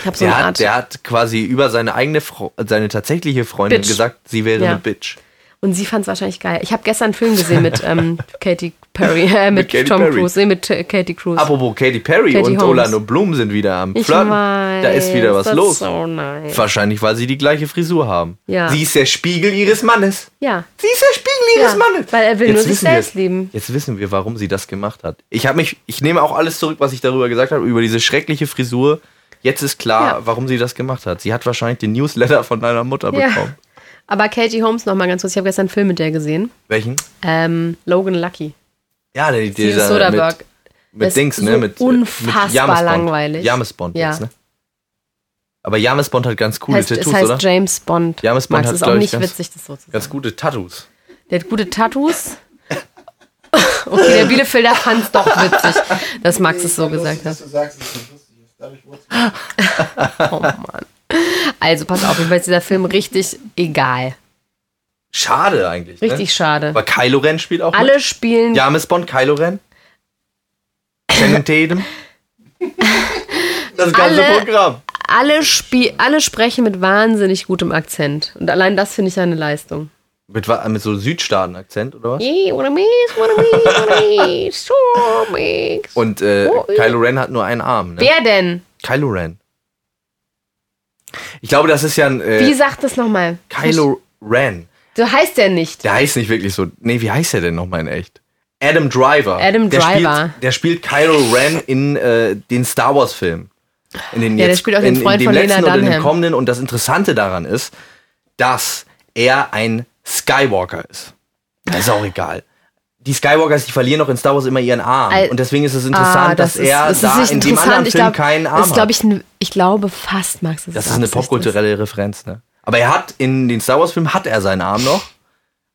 B: Ich habe so
A: Der
B: eine
A: hat,
B: Art.
A: der hat quasi über seine eigene, Fro seine tatsächliche Freundin
B: Bitch.
A: gesagt, sie wäre
B: Ja.
A: eine Bitch.
B: Und sie fand es wahrscheinlich geil. Ich habe gestern einen Film gesehen mit
A: *laughs*
B: ähm, Katy Perry, äh,
A: Mit
B: mit,
A: Katy
B: Tom
A: Perry.
B: Cruise, nee, mit äh, Katy Cruise.
A: Apropos Katy Perry
B: Katy
A: und
B: Holmes.
A: Orlando Bloom sind wieder am
B: ich
A: Flirten.
B: weiß,
A: da ist wieder was
B: das
A: los.
B: So nice.
A: Wahrscheinlich, weil sie die gleiche Frisur haben.
B: Ja.
A: Sie ist der Spiegel ihres Mannes.
B: Ja.
A: Sie ist der Spiegel ihres
B: Ja,
A: Mannes.
B: weil er will nur sich
A: wissen wir-
B: selbst lieben.
A: Jetzt wissen wir, warum sie das gemacht hat. Ich habe mich, ich nehme auch alles zurück, was ich darüber gesagt habe, über diese schreckliche Frisur. Jetzt ist klar,
B: Ja.
A: warum sie das gemacht hat. Sie hat wahrscheinlich den Newsletter von deiner Mutter bekommen.
B: Aber Katie Holmes nochmal ganz kurz. Ich habe gestern einen Film mit der gesehen.
A: Welchen?
B: Ähm, Logan Lucky.
A: Ja, die, die,
B: Steven Soderbergh.
A: mit, mit
B: Das
A: Dings,
B: ist
A: ne?
B: so
A: Mit,
B: unfassbar
A: mit James Bond.
B: langweilig.
A: James Bond
B: Ja.
A: jetzt, ne? Aber James Bond hat ganz coole
B: heißt,
A: Tattoos,
B: es heißt
A: oder?
B: James Bond.
A: James Bond
B: Max,
A: hat,
B: ist auch
A: glaub ich,
B: nicht
A: ganz-
B: witzig, das so zu sagen.
A: Ganz gute Tattoos.
B: Der hat gute Tattoos. Okay, der Bielefelder fand es doch witzig, dass Max es so gesagt hat. *laughs* Oh Mann. Also pass auf, jedenfalls ist dieser Film richtig egal.
A: Schade eigentlich.
B: Richtig
A: ne?
B: schade.
A: Aber Kylo Ren spielt auch
B: Alle spielen
A: mit. James Bond, Kylo Ren.
B: *laughs*
A: Channing Tatum. Das ganze
B: Alle-
A: Programm.
B: alle, spie alle sprechen mit wahnsinnig gutem Akzent. Und allein das finde ich ja eine Leistung.
A: Mit, wa- mit so Südstaaten-Akzent oder was?
B: Yeah, what a miss, what a miss, what a miss, so mix.
A: Und äh,
B: Oh, ja.
A: Kylo Ren hat nur einen Arm. Ne?
B: Wer denn?
A: Kylo Ren. Ich glaube, das ist ja ein
B: Wie
A: äh,
B: sagt das nochmal?
A: Kylo Ren.
B: So heißt der nicht.
A: Der heißt nicht wirklich so. Nee, wie heißt der denn nochmal in echt? Adam Driver.
B: Adam
A: der
B: Driver.
A: Spielt, der spielt Kylo Ren in äh, den Star Wars Film. In den
B: Ja, der spielt auch den
A: in,
B: Freund
A: in dem
B: von Lena
A: letzten oder in
B: Dunham.
A: dem kommenden. Und das Interessante daran ist, dass er ein Skywalker ist. Das ist auch egal. Die Skywalkers, die verlieren doch in Star Wars immer ihren Arm.
B: Al- Ah,
A: und deswegen ist es interessant, dass er da in dem anderen Film keinen Arm
B: das ist,
A: hat.
B: glaube ich, ein- ich glaube fast, Max.
A: Das ist eine
B: Absicht.
A: popkulturelle Referenz, ne? Aber er hat in den Star Wars Filmen hat er seinen Arm noch,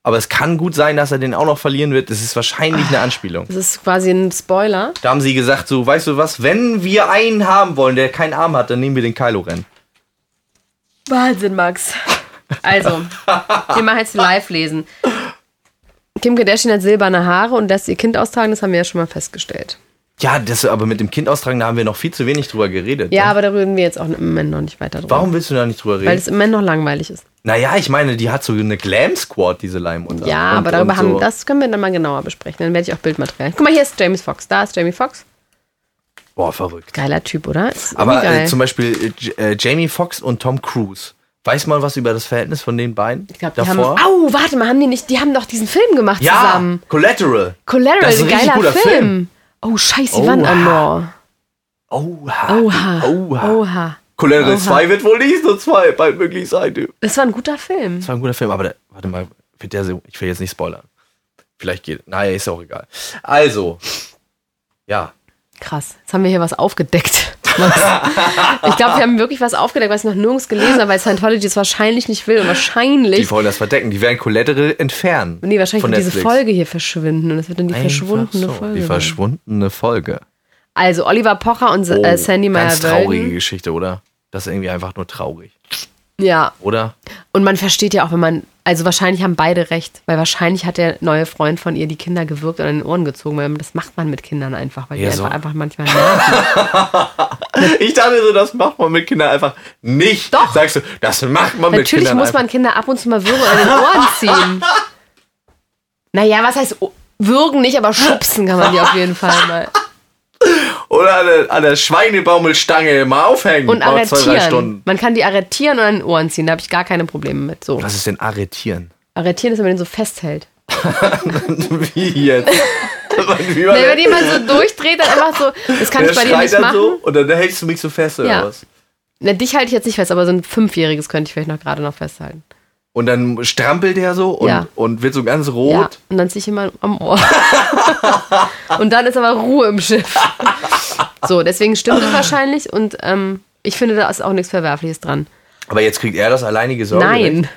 A: Aber es kann gut sein, dass er den auch noch verlieren wird. Das ist wahrscheinlich eine Anspielung.
B: Das ist quasi ein Spoiler.
A: Da haben sie gesagt, so, weißt du was, wenn wir einen haben wollen, der keinen Arm hat, dann nehmen wir den Kylo Ren.
B: Wahnsinn, Max. Also, wir machen jetzt live lesen. Kim Kardashian hat silberne Haare und lässt ihr Kind austragen, das haben wir ja schon mal festgestellt.
A: Ja, das aber mit dem Kind austragen, da haben wir noch viel zu wenig drüber geredet.
B: Ja,
A: ne?
B: aber da reden wir jetzt auch im Moment noch nicht weiter drüber.
A: Warum willst du da nicht drüber
B: Weil
A: reden?
B: es im Moment noch langweilig ist.
A: Naja, ich meine, die hat so eine Glam Squad, diese Leimmutter.
B: Ja,
A: Und-
B: aber darüber
A: und
B: haben,
A: so.
B: das können wir dann mal genauer besprechen. Dann werde ich auch Bildmaterial. Guck mal, hier ist Jamie Foxx. Da ist Jamie Foxx.
A: Boah, verrückt.
B: Geiler Typ, oder? Ist irgendwie
A: Aber
B: geil.
A: äh, zum Beispiel äh, J- äh, Jamie Foxx und Tom Cruise. Weiß man was über das Verhältnis von den beiden?
B: ich glaub, die haben, au, warte mal, haben die nicht, die haben doch diesen Film gemacht
A: ja,
B: zusammen.
A: Collateral.
B: Collateral,
A: Das ist ein
B: geiler
A: richtig guter
B: Film.
A: Film.
B: Oh, scheiße, die
A: Oha.
B: waren an Moor.
A: Oha.
B: Oha.
A: Oha.
B: Oha.
A: Collateral
B: Oha.
A: 2 wird wohl nicht so zwei, bald möglich sein. du.
B: Das war ein guter Film.
A: Das war ein guter Film, aber der, warte mal, wird der so, ich will jetzt nicht spoilern. Vielleicht geht, naja, ist auch egal. Also, ja,
B: Krass. Jetzt haben wir hier was aufgedeckt. *laughs* ich glaube, wir haben wirklich was aufgedeckt, was ich noch nirgends gelesen habe, weil Scientology es wahrscheinlich nicht will und wahrscheinlich.
A: die wollen das verdecken, die werden Collateral entfernen.
B: Nee, wahrscheinlich
A: von
B: wird diese
A: Netflix.
B: Folge hier verschwinden und es wird dann die
A: Einfach
B: verschwundene
A: so,
B: Folge.
A: Die
B: werden.
A: verschwundene Folge.
B: also Oliver Pocher und
A: Oh,
B: äh, Sandy Meyer
A: Ganz traurige Geschichte, oder? Das ist irgendwie einfach nur traurig,
B: Ja,
A: oder? *laughs*
B: und man versteht ja auch, wenn man also wahrscheinlich haben beide recht, weil wahrscheinlich hat der neue Freund von ihr die Kinder gewürgt oder in den Ohren gezogen, weil das macht man mit Kindern einfach, weil
A: Ja,
B: die
A: so.
B: einfach, einfach manchmal
A: *laughs*
B: nerven.
A: Ich dachte so, das macht man mit Kindern einfach nicht.
B: Doch.
A: Sagst du, das macht man mit
B: Natürlich
A: Kindern
B: muss man Kinder ab und zu mal würgen oder in den Ohren
A: *laughs*
B: ziehen. Naja, was heißt o- würgen nicht, aber schubsen kann man die auf jeden Fall mal.
A: einfach. Oder an der, an der Schweinebaumelstange mal aufhängen.
B: Und
A: mal zwei, drei Stunden.
B: arretieren. Man kann die arretieren und an den Ohren ziehen, da habe ich gar keine Probleme mit. So.
A: Was ist denn arretieren?
B: Arretieren ist, wenn man den so festhält.
A: *laughs*
B: *laughs*
A: Wie jetzt? Wie man
B: Wenn man jemand so durchdreht, dann einfach so, das kann
A: der
B: ich bei dir
A: schreit
B: nicht
A: dann
B: machen.
A: so und dann hältst du mich so fest oder
B: Ja.
A: was?
B: Na, dich halte ich jetzt nicht fest, aber so ein Fünfjähriges könnte ich vielleicht noch gerade noch festhalten.
A: Und dann strampelt der so und,
B: Ja.
A: und wird so ganz rot.
B: Ja, und dann ziehe ich immer am Ohr. *laughs* und dann ist aber Ruhe im Schiff. So, deswegen stimmt es wahrscheinlich und ähm, ich finde, da ist auch nichts Verwerfliches dran.
A: Aber jetzt kriegt er das alleinige Sorgerecht.
B: Nein.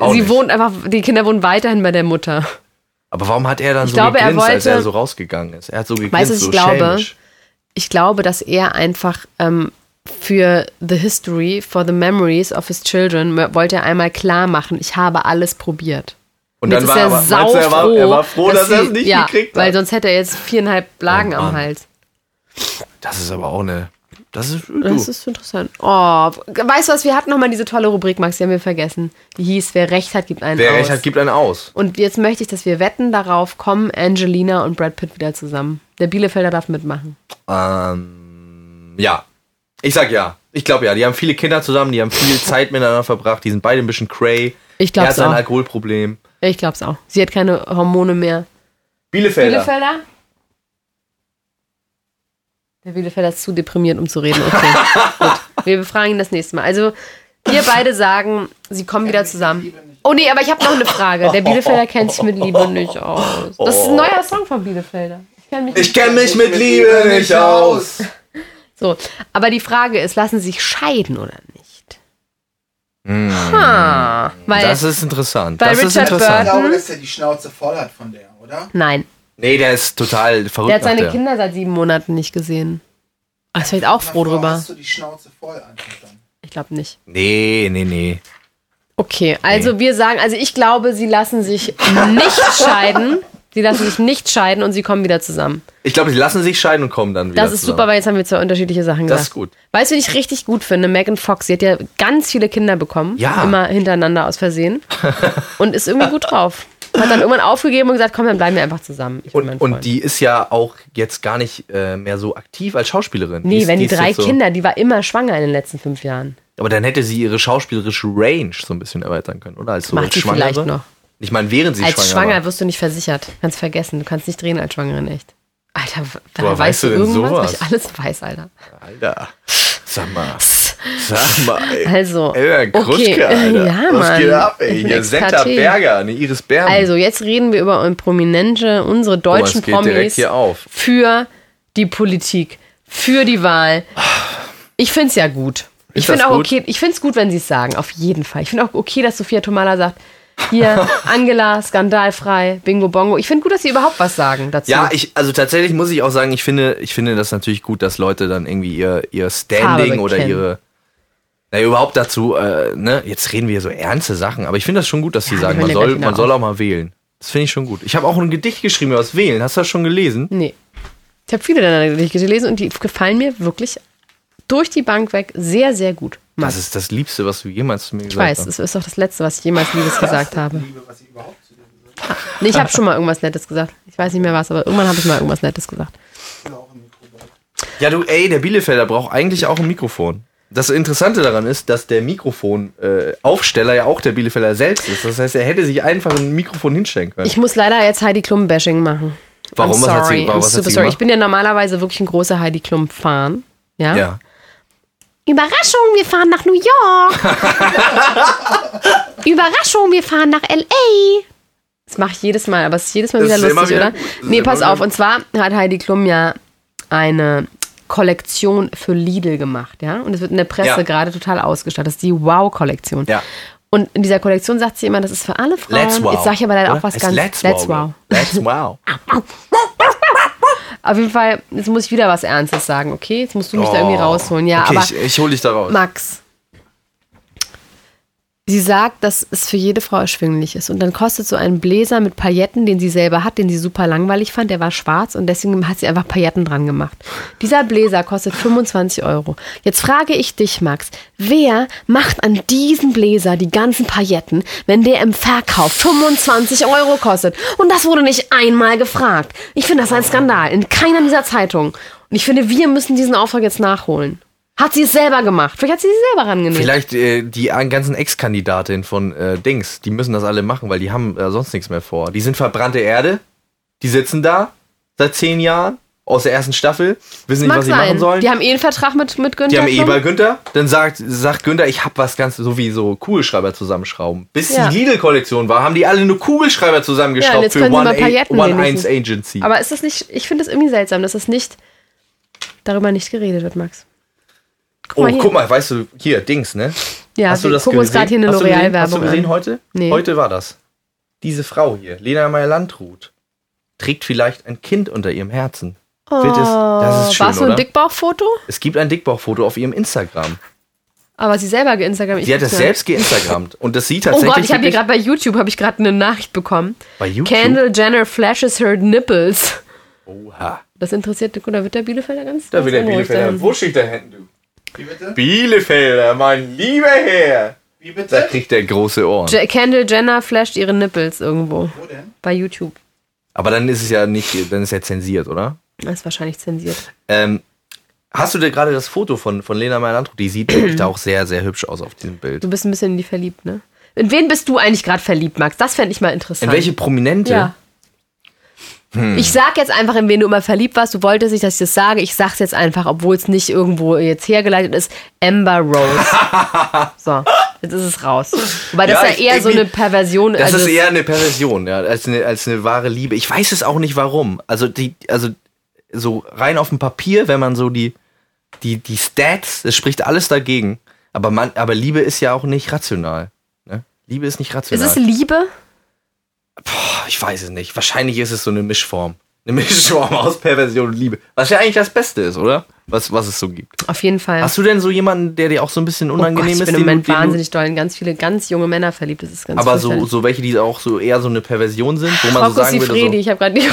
A: Auch
B: Sie
A: nicht.
B: wohnt einfach, die Kinder wohnen weiterhin bei der Mutter.
A: Aber warum hat er dann
B: Ich
A: so
B: glaube, er
A: gegrinst, als
B: wollte-
A: er so rausgegangen ist? Er hat so
B: was
A: gegrinst,
B: ich
A: so
B: glaube?
A: schelmisch.
B: Ich glaube, dass er einfach ähm, für the history, for the memories of his children, m- wollte er einmal klar machen, ich habe alles probiert.
A: Und
B: Jetzt
A: dann war
B: ist
A: er,
B: er
A: aber-
B: sau
A: meinst du, er, war,
B: froh,
A: er war froh, dass, er
B: sie-
A: es nicht
B: ja,
A: gekriegt
B: Weil
A: hat.
B: sonst hätte er jetzt viereinhalb Lagen
A: Oh
B: am
A: Mann.
B: Hals.
A: Das ist aber auch eine. Das ist. Du.
B: Das ist interessant. Oh, weißt du was, wir hatten nochmal diese tolle Rubrik, Max, die haben wir vergessen. Die hieß, wer recht hat, gibt einen
A: Wer
B: aus.
A: recht hat, gibt einen aus.
B: und jetzt möchte ich, dass wir wetten darauf, kommen Angelina und Brad Pitt wieder zusammen. Der Bielefelder darf mitmachen.
A: Ähm, ja. Ich sag ja. Ich glaube ja. Die haben viele Kinder zusammen, die
B: *laughs*
A: haben viel Zeit miteinander verbracht, die sind beide ein bisschen cray.
B: Ich
A: Er
B: glaub's
A: hat sein
B: auch.
A: Alkoholproblem.
B: Ich glaub's auch. Sie hat keine Hormone mehr.
A: Bielefelder.
B: Bielefelder? Der Bielefelder ist zu deprimiert, um zu reden. Okay,
A: *laughs*
B: gut. Wir befragen ihn das nächste Mal. Also, wir beide sagen, sie kommen wieder zusammen. Oh nee, aber ich habe noch eine Frage. Der
A: *laughs*
B: Bielefelder kennt sich mit Liebe nicht aus. Das
A: Oh.
B: ist ein neuer Song von Bielefelder. Ich kenne mich
A: Ich kenne mich mit Liebe nicht aus.
B: So, aber die Frage ist, lassen sie sich scheiden oder nicht? Ha, weil
A: Hm. Das ist interessant.
B: Bei
A: Das ist
B: Richard
C: Ich
A: interessant.
C: glaube, dass der die Schnauze voll hat von der, oder?
B: nein,
A: Nee, der ist total verrückt.
B: der hat seine
A: nach der.
B: Kinder seit sieben Monaten nicht gesehen. Ah, ist vielleicht auch
C: Na,
B: froh
C: Frau,
B: drüber.
C: Hast du die Schnauze voll einfach dann?
B: Ich glaube nicht.
A: Nee, nee, nee.
B: Okay, also wir sagen, also ich glaube, sie lassen sich nicht
A: *laughs*
B: scheiden. Sie lassen sich nicht scheiden und sie kommen wieder zusammen.
A: Ich glaube, die lassen sich scheiden und kommen dann wieder.
B: Das ist
A: zusammen.
B: super, weil jetzt haben wir zwei unterschiedliche Sachen
A: Das
B: gesagt.
A: ist gut.
B: Weißt du, was ich richtig gut finde? Megan Fox, sie hat ja ganz viele Kinder bekommen.
A: Ja.
B: Immer hintereinander aus Versehen. und ist irgendwie gut drauf. Hat dann irgendwann aufgegeben und gesagt, komm, dann bleiben wir einfach zusammen. Ich bin mein
A: Und, und
B: Freund.
A: die ist ja auch jetzt gar nicht äh, mehr so aktiv als Schauspielerin.
B: Nee,
A: ist-
B: wenn die
A: ist
B: drei
A: jetzt so,
B: Kinder, die war immer schwanger in den letzten fünf Jahren.
A: Aber dann hätte sie ihre schauspielerische Range so ein bisschen erweitern können, oder? Als so
B: Macht
A: als
B: sie
A: Schwangere.
B: vielleicht noch.
A: Ich meine, während sie
B: als
A: schwanger,
B: schwanger
A: war.
B: wirst du nicht versichert. Kannst vergessen. Du kannst nicht drehen als Schwangerin, echt. Alter, w-
A: Woher
B: da
A: weißt
B: weißt
A: du
B: du
A: denn
B: irgendwas,
A: sowas?
B: was ich alles weiß, Alter.
A: Alter, sag mal. Sag mal. Ey.
B: Also,
A: Ey, Kruschke,
B: okay.
A: Alter.
B: Ja,
A: Was
B: Mann.
A: geht ab, ey?
B: Ich bin
A: Hier, Senta
B: Expertin.
A: Berger, ne, Iris Berben.
B: Also, jetzt reden wir über un- Prominente, unsere deutschen
A: Oh, geht direkt
B: Promis
A: hier auf.
B: für die Politik, für die Wahl. Ich finde es ja gut.
A: Ist
B: ich finde
A: das
B: auch
A: gut?
B: okay, ich finde es gut, wenn sie es sagen, auf jeden Fall. Ich finde auch okay, dass Sophia Tomala sagt,
A: *laughs*
B: Hier, Angela, skandalfrei, Bingo Bongo. Ich finde gut, dass sie überhaupt was sagen dazu.
A: Ja, ich, also tatsächlich muss ich auch sagen, ich finde, ich finde das natürlich gut, dass Leute dann irgendwie ihr, ihr Standing
B: Farbe
A: oder
B: bekennen.
A: ihre. Na, überhaupt dazu, äh, ne, jetzt reden wir so ernste Sachen, aber ich finde das schon gut, dass sie
B: Ja,
A: sagen,
B: wir hören
A: man
B: ja
A: soll,
B: gleich
A: man
B: wieder
A: soll auch mal wählen. Das finde ich schon gut. Ich habe auch ein Gedicht geschrieben über das Wählen. Hast du das schon gelesen?
B: nee. Ich habe viele deiner Gedichte gelesen und die gefallen mir wirklich durch die Bank weg sehr, sehr gut.
A: Das
B: Max.
A: ist das Liebste, was du jemals zu mir
B: Ich
A: gesagt
B: weiß,
A: hast.
B: es ist auch das Letzte, was ich jemals Liebes gesagt habe. Ah,
C: Liebe, was ich überhaupt zu dir gesagt
B: Nee, ich habe schon mal irgendwas Nettes gesagt. Ich weiß nicht mehr was, aber irgendwann habe ich mal irgendwas Nettes gesagt.
C: habe. Oder auch im Mikrowelle.
A: Ja, du, ey, der Bielefelder braucht eigentlich auch ein Mikrofon. Das Interessante daran ist, dass der Mikrofonaufsteller äh, Aufsteller ja auch der Bielefelder selbst ist. Das heißt, er hätte sich einfach ein Mikrofon hinstellen können.
B: Ich muss leider jetzt Heidi Klum Bashing machen.
A: Also Warum?
B: I'm
A: Was
B: sorry.
A: hat sie- warum-
B: I'm
A: was hat sie
B: super sorry.
A: gemacht?
B: Ich bin ja normalerweise wirklich ein großer Heidi Klum Fan. Ja?
A: ja.
B: Überraschung, wir fahren nach New *laughs* York. Überraschung, wir fahren nach LA. Das mache ich jedes Mal, aber es ist jedes Mal
A: Das
B: wieder
A: ist immer
B: lustig,
A: wieder
B: oder?
A: gut. Das ist
B: Nee,
A: immer
B: pass
A: wieder
B: auf.
A: gut.
B: Und zwar hat Heidi Klum ja eine Kollektion für Lidl gemacht, ja? Und es wird in der Presse
A: Ja.
B: gerade total ausgestattet. Das ist die Wow-Kollektion.
A: Ja.
B: Und in dieser Kollektion sagt sie immer, das ist für alle Frauen.
A: Let's wow.
B: Jetzt sage ich aber leider
A: Oder?
B: auch was
A: Heißt
B: ganz.
A: Let's,
B: let's
A: wow.
B: wow.
A: Let's
B: *laughs*
A: wow.
B: Auf jeden Fall, jetzt muss ich wieder was Ernstes sagen, okay? Jetzt musst du mich da irgendwie rausholen. Ja,
A: Oh. okay,
B: aber
A: ich, ich hole dich da raus.
B: Max. Sie sagt, dass es für jede Frau erschwinglich ist. Und dann kostet so ein Bläser mit Pailletten, den sie selber hat, den sie super langweilig fand, der war schwarz und deswegen hat sie einfach Pailletten dran gemacht. Dieser Bläser kostet 25 Euro. Jetzt frage ich dich, Max, wer macht an diesem Bläser die ganzen Pailletten, wenn der im Verkauf 25 Euro kostet? Und das wurde nicht einmal gefragt. Ich finde das ein Skandal. In keiner dieser Zeitungen. Und ich finde, wir müssen diesen Auftrag jetzt nachholen. Hat sie es selber gemacht? Vielleicht hat sie es selber rangenommen.
A: Vielleicht äh, die an- ganzen Ex-Kandidatinnen von äh, Dings, die müssen das alle machen, weil die haben äh, sonst nichts mehr vor. Die sind verbrannte Erde, die sitzen da seit zehn Jahren aus der ersten Staffel, wissen nicht,
B: Mag
A: was sie
B: sein.
A: machen sollen.
B: Die haben eh einen Vertrag mit, mit Günther.
A: Die haben eh
B: Klum.
A: bei Günther. Dann sagt, sagt Günther, ich hab was ganz, so wie so Kugelschreiber zusammenschrauben. Bis
B: Ja.
A: die Lidl-Kollektion war, haben die alle nur Kugelschreiber
B: Ja, und
A: zusammengeschraubt
B: jetzt
A: für
B: können sie
A: One,
B: mal Pailletten
A: One Eins
B: wenigstens.
A: Agency.
B: Aber ist das nicht, ich finde es irgendwie seltsam, dass das nicht, darüber nicht geredet wird, Max.
A: oh,
B: mal hier.
A: guck mal, weißt du, hier, Dings, ne?
B: Ja,
A: Hast du
B: wir
A: das
B: gucken uns
A: gesehen?
B: gerade hier eine
A: Hast du gesehen? Hast
B: L'Oreal-Werbung
A: du gesehen
B: an.
A: heute?
B: Nee.
A: Heute war das. Diese Frau hier, Lena Meyer-Landrut, trägt vielleicht ein Kind unter ihrem Herzen. Bild ist- das ist schön,
B: War es so Oh, ein
A: oder?
B: Dickbauchfoto?
A: Es gibt ein Dickbauchfoto auf ihrem Instagram.
B: Aber sie selber geinstagrammt. Ich
A: Sie hat das
B: guck's mir an.
A: selbst geinstagrammt. Und das sieht
B: Oh
A: tatsächlich
B: Gott, ich habe hier
A: wirklich-
B: gerade bei YouTube habe ich gerade eine Nachricht bekommen.
A: bei YouTube.
B: Kendall Jenner flashes her nipples.
A: Oha.
B: Das interessiert, gut, da wird der Bielefelder ganz
A: Da will der
B: ganz unruhig
A: Bielefelder
B: sein.
A: wuschig da hinten, du.
C: Wie bitte?
A: Bielefelder, mein lieber Herr.
C: Wie
A: Da
C: bitte?
A: kriegt der große Ohren.
B: Je- Kendall Jenner flasht ihre Nippels irgendwo
C: Wo denn?
B: bei YouTube.
A: Aber dann ist es ja nicht, dann ist ja zensiert, oder?
B: Das ist wahrscheinlich zensiert.
A: Ähm, hast du dir gerade das Foto von, von Lena Meyer-Landrut? Die sieht wirklich da auch sehr, sehr hübsch aus auf diesem Bild.
B: Du bist ein bisschen in die verliebt, ne? In wen bist du eigentlich gerade verliebt, Max? Das fände ich mal interessant.
A: In welche Hm. Prominente?
B: Ja. Ich sag jetzt einfach, in wen du immer verliebt warst. Du wolltest nicht, dass ich das sage. Ich sag's jetzt einfach, obwohl es nicht irgendwo jetzt hergeleitet ist. Amber Rose.
A: *laughs*
B: so, jetzt ist es raus. Wobei das
A: Ja,
B: ja,
A: ich-
B: eher so
A: irgendwie-
B: eine Perversion
A: Das
B: also
A: ist eher eine Perversion, ja, als eine, als eine wahre Liebe. Ich weiß es auch nicht warum. Also die, also so rein auf dem Papier, wenn man so die, die, die Stats, es spricht alles dagegen. Aber man, aber Liebe ist ja auch nicht rational. Ne? Liebe ist nicht
B: Ist
A: rational.
B: es Liebe?
A: Boah, ich weiß es nicht. Wahrscheinlich ist es so eine Mischform. Eine *laughs* Mischform aus Perversion und Liebe. Was ja eigentlich das Beste ist, oder? Was, was es so gibt.
B: Auf jeden Fall.
A: Hast du denn so jemanden, der dir auch so ein bisschen
B: Oh Gott,
A: unangenehm
B: ich
A: ist?
B: bin im
A: den du-
B: Moment
A: den du-
B: wahnsinnig doll in ganz viele ganz junge Männer verliebt. Das ist ganz
A: Aber so,
B: fürchterlich.
A: so welche, die auch so eher so eine Perversion sind, wo man so
B: Rocco
A: sagen würde, so,
B: Sifredi, ich habe gerade die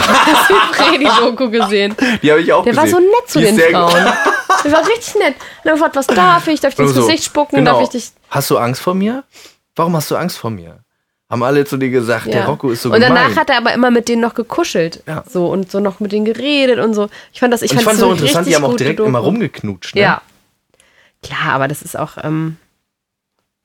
B: *laughs* Rocco Sifredi-Doku gesehen.
A: Die habe ich auch
B: Der war
A: gesehen.
B: so nett zu
A: Die ist
B: den
A: sehr-
B: Frauen. Der war richtig nett. Und er gefragt, was darf ich? Darf ich dir ins
A: So,
B: Gesicht spucken?
A: genau.
B: Darf ich dich.
A: Hast du Angst vor mir? Warum hast du Angst vor mir? Haben alle zu dir gesagt, der Rocco ist so
B: Und
A: gemein.
B: danach hat er aber immer mit denen noch gekuschelt.
A: Ja.
B: So und so noch mit denen geredet und so. Ich fand das, ich
A: Und ich
B: fand
A: fand es
B: so
A: auch interessant, die haben auch direkt immer
B: rum.
A: rumgeknutscht. Ne?
B: Ja. Klar, aber das ist auch, ähm,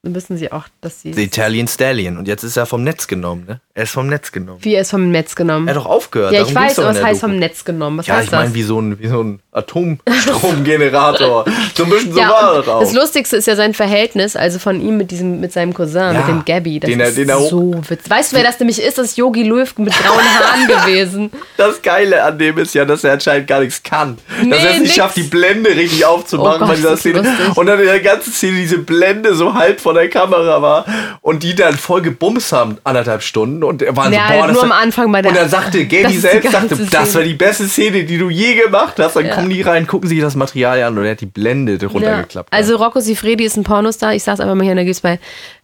B: dann wissen sie auch, dass sie.
A: The Italian Stallion. Und jetzt ist er vom Netz genommen, ne? Er ist vom Netz genommen.
B: Wie er ist vom Netz genommen.
A: Er hat doch aufgehört.
B: ja,
A: darum
B: ich
A: ging's
B: weiß,
A: doch in
B: aber es
A: der
B: heißt
A: Doku.
B: vom Netz genommen. Was
A: Ja,
B: heißt
A: ich meine,
B: das?
A: wie so ein, wie so ein Atomstromgenerator.
B: *laughs*
A: so ein bisschen so
B: ja,
A: war
B: und
A: das auch.
B: das Lustigste ist ja sein Verhältnis, also von ihm mit diesem, mit seinem Cousin,
A: Ja,
B: mit dem Gabby. Das
A: den er-
B: ist
A: den er hoch-
B: so witzig. Weißt du, wer das nämlich ist? Das ist Yogi Löw mit grauen
A: *laughs*
B: Haaren gewesen.
A: Das Geile an dem ist ja, dass er anscheinend gar nichts kann. dass er es nicht
B: nix.
A: schafft, die Blende richtig aufzumachen
B: Oh Gott,
A: bei dieser
B: das ist
A: Szene.
B: lustig.
A: Und dann in der ganzen Szene diese Blende so halb vor der Kamera war und die dann voll gebumst haben, anderthalb Stunden und er war
B: Ja,
A: so, boah, das
B: nur
A: war-
B: am Anfang bei der-
A: Und dann sagte
B: *laughs* Das
A: Gaby
B: ist die
A: selbst,
B: ganze
A: sagte, das war
B: Szene."
A: die beste Szene, die du je gemacht hast. Dann
B: Ja.
A: kommen die rein, gucken sich das Material an und er hat die Blende runtergeklappt.
B: Ja. Also Rocco Sifredi ist ein Pornostar. Ich sag's einfach mal hier, und da gibt's bei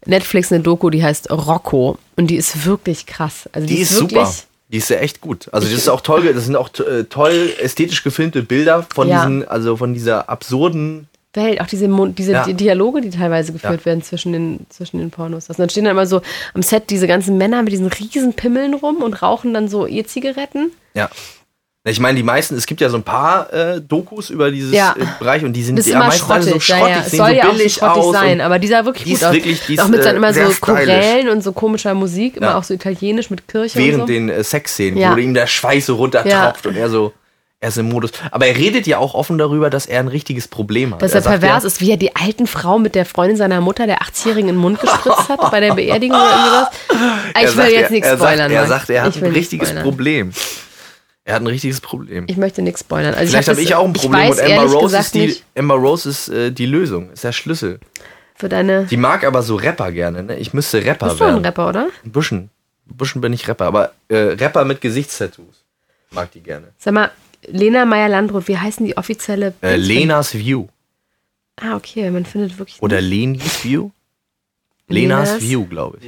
B: Netflix eine Doku, die heißt Rocco. Und die ist wirklich krass. Also die,
A: die ist
B: wirklich,
A: super. Die ist ja echt gut. Also das ist auch toll, ge- das sind auch t- äh, toll ästhetisch gefilmte Bilder von
B: Ja.
A: diesen, also von dieser absurden
B: Welt, auch diese, Mon- diese
A: Ja.
B: Di- Dialoge, die teilweise geführt
A: Ja.
B: werden zwischen den, zwischen den Pornos. Also dann stehen dann immer so am Set diese ganzen Männer mit diesen riesen Pimmeln rum und rauchen dann so E-Zigaretten.
A: Ja. Na, Ich meine, die meisten, es gibt ja so ein paar äh, Dokus über dieses
B: Ja.
A: äh, Bereich und die sind
B: Das ist
A: ja
B: immer
A: meistens alle
B: schrottig.
A: so
B: ja,
A: schrottig,
B: ja. Es
A: sehen
B: soll
A: so
B: ja auch so
A: billig
B: schrottig
A: aus.
B: sein,
A: und-
B: aber die sah wirklich
A: Die
B: gut
A: ist
B: aus.
A: wirklich- die ist,
B: auch mit dann
A: äh,
B: immer so
A: sehr stylisch.
B: Chorellen und so komischer Musik, immer
A: Ja.
B: auch so italienisch mit Kirche
A: während
B: und so.
A: den äh, Sexszenen,
B: Ja.
A: wo ihm der Schweiß so runtertropft und er so, er ist im Modus. Aber er redet ja auch offen darüber, dass er ein richtiges Problem hat.
B: Dass er
A: sagt
B: pervers
A: ja,
B: ist, wie er die alten Frau mit der Freundin seiner Mutter, der 80-Jährigen, in den Mund gespritzt hat bei
A: *laughs*
B: der Beerdigung oder irgendwas.
A: er
B: Ich will
A: sagt,
B: jetzt
A: er-
B: nichts
A: er sagt,
B: spoilern.
A: Er
B: Max.
A: sagt, er
B: Ich
A: hat
B: will
A: ein
B: nichts
A: richtiges
B: spoilern.
A: Problem. Er hat ein richtiges Problem.
B: Ich möchte nichts spoilern. Also
A: Vielleicht
B: hab
A: habe
B: das-
A: ich auch ein Problem
B: ich weiß,
A: und Emma
B: ehrlich
A: Rose,
B: gesagt
A: ist die,
B: nicht
A: Emma Rose ist äh, die Lösung, ist der Schlüssel.
B: für deine.
A: Die mag aber so Rapper gerne, ne? Ich müsste Rapper
B: Bist du
A: werden.
B: ein Rapper, oder?
A: Ein bisschen. Ein bisschen bin ich Rapper, aber äh, Rapper mit Gesichtstattoos. Mag die gerne.
B: Sag mal, Lena Meyer-Landrut, wie heißen die offizielle.
A: Äh, Lenas View.
B: Ah, okay, man findet wirklich.
A: Oder Lenis View? Lenas,
B: Lenas.
A: View, glaube ich.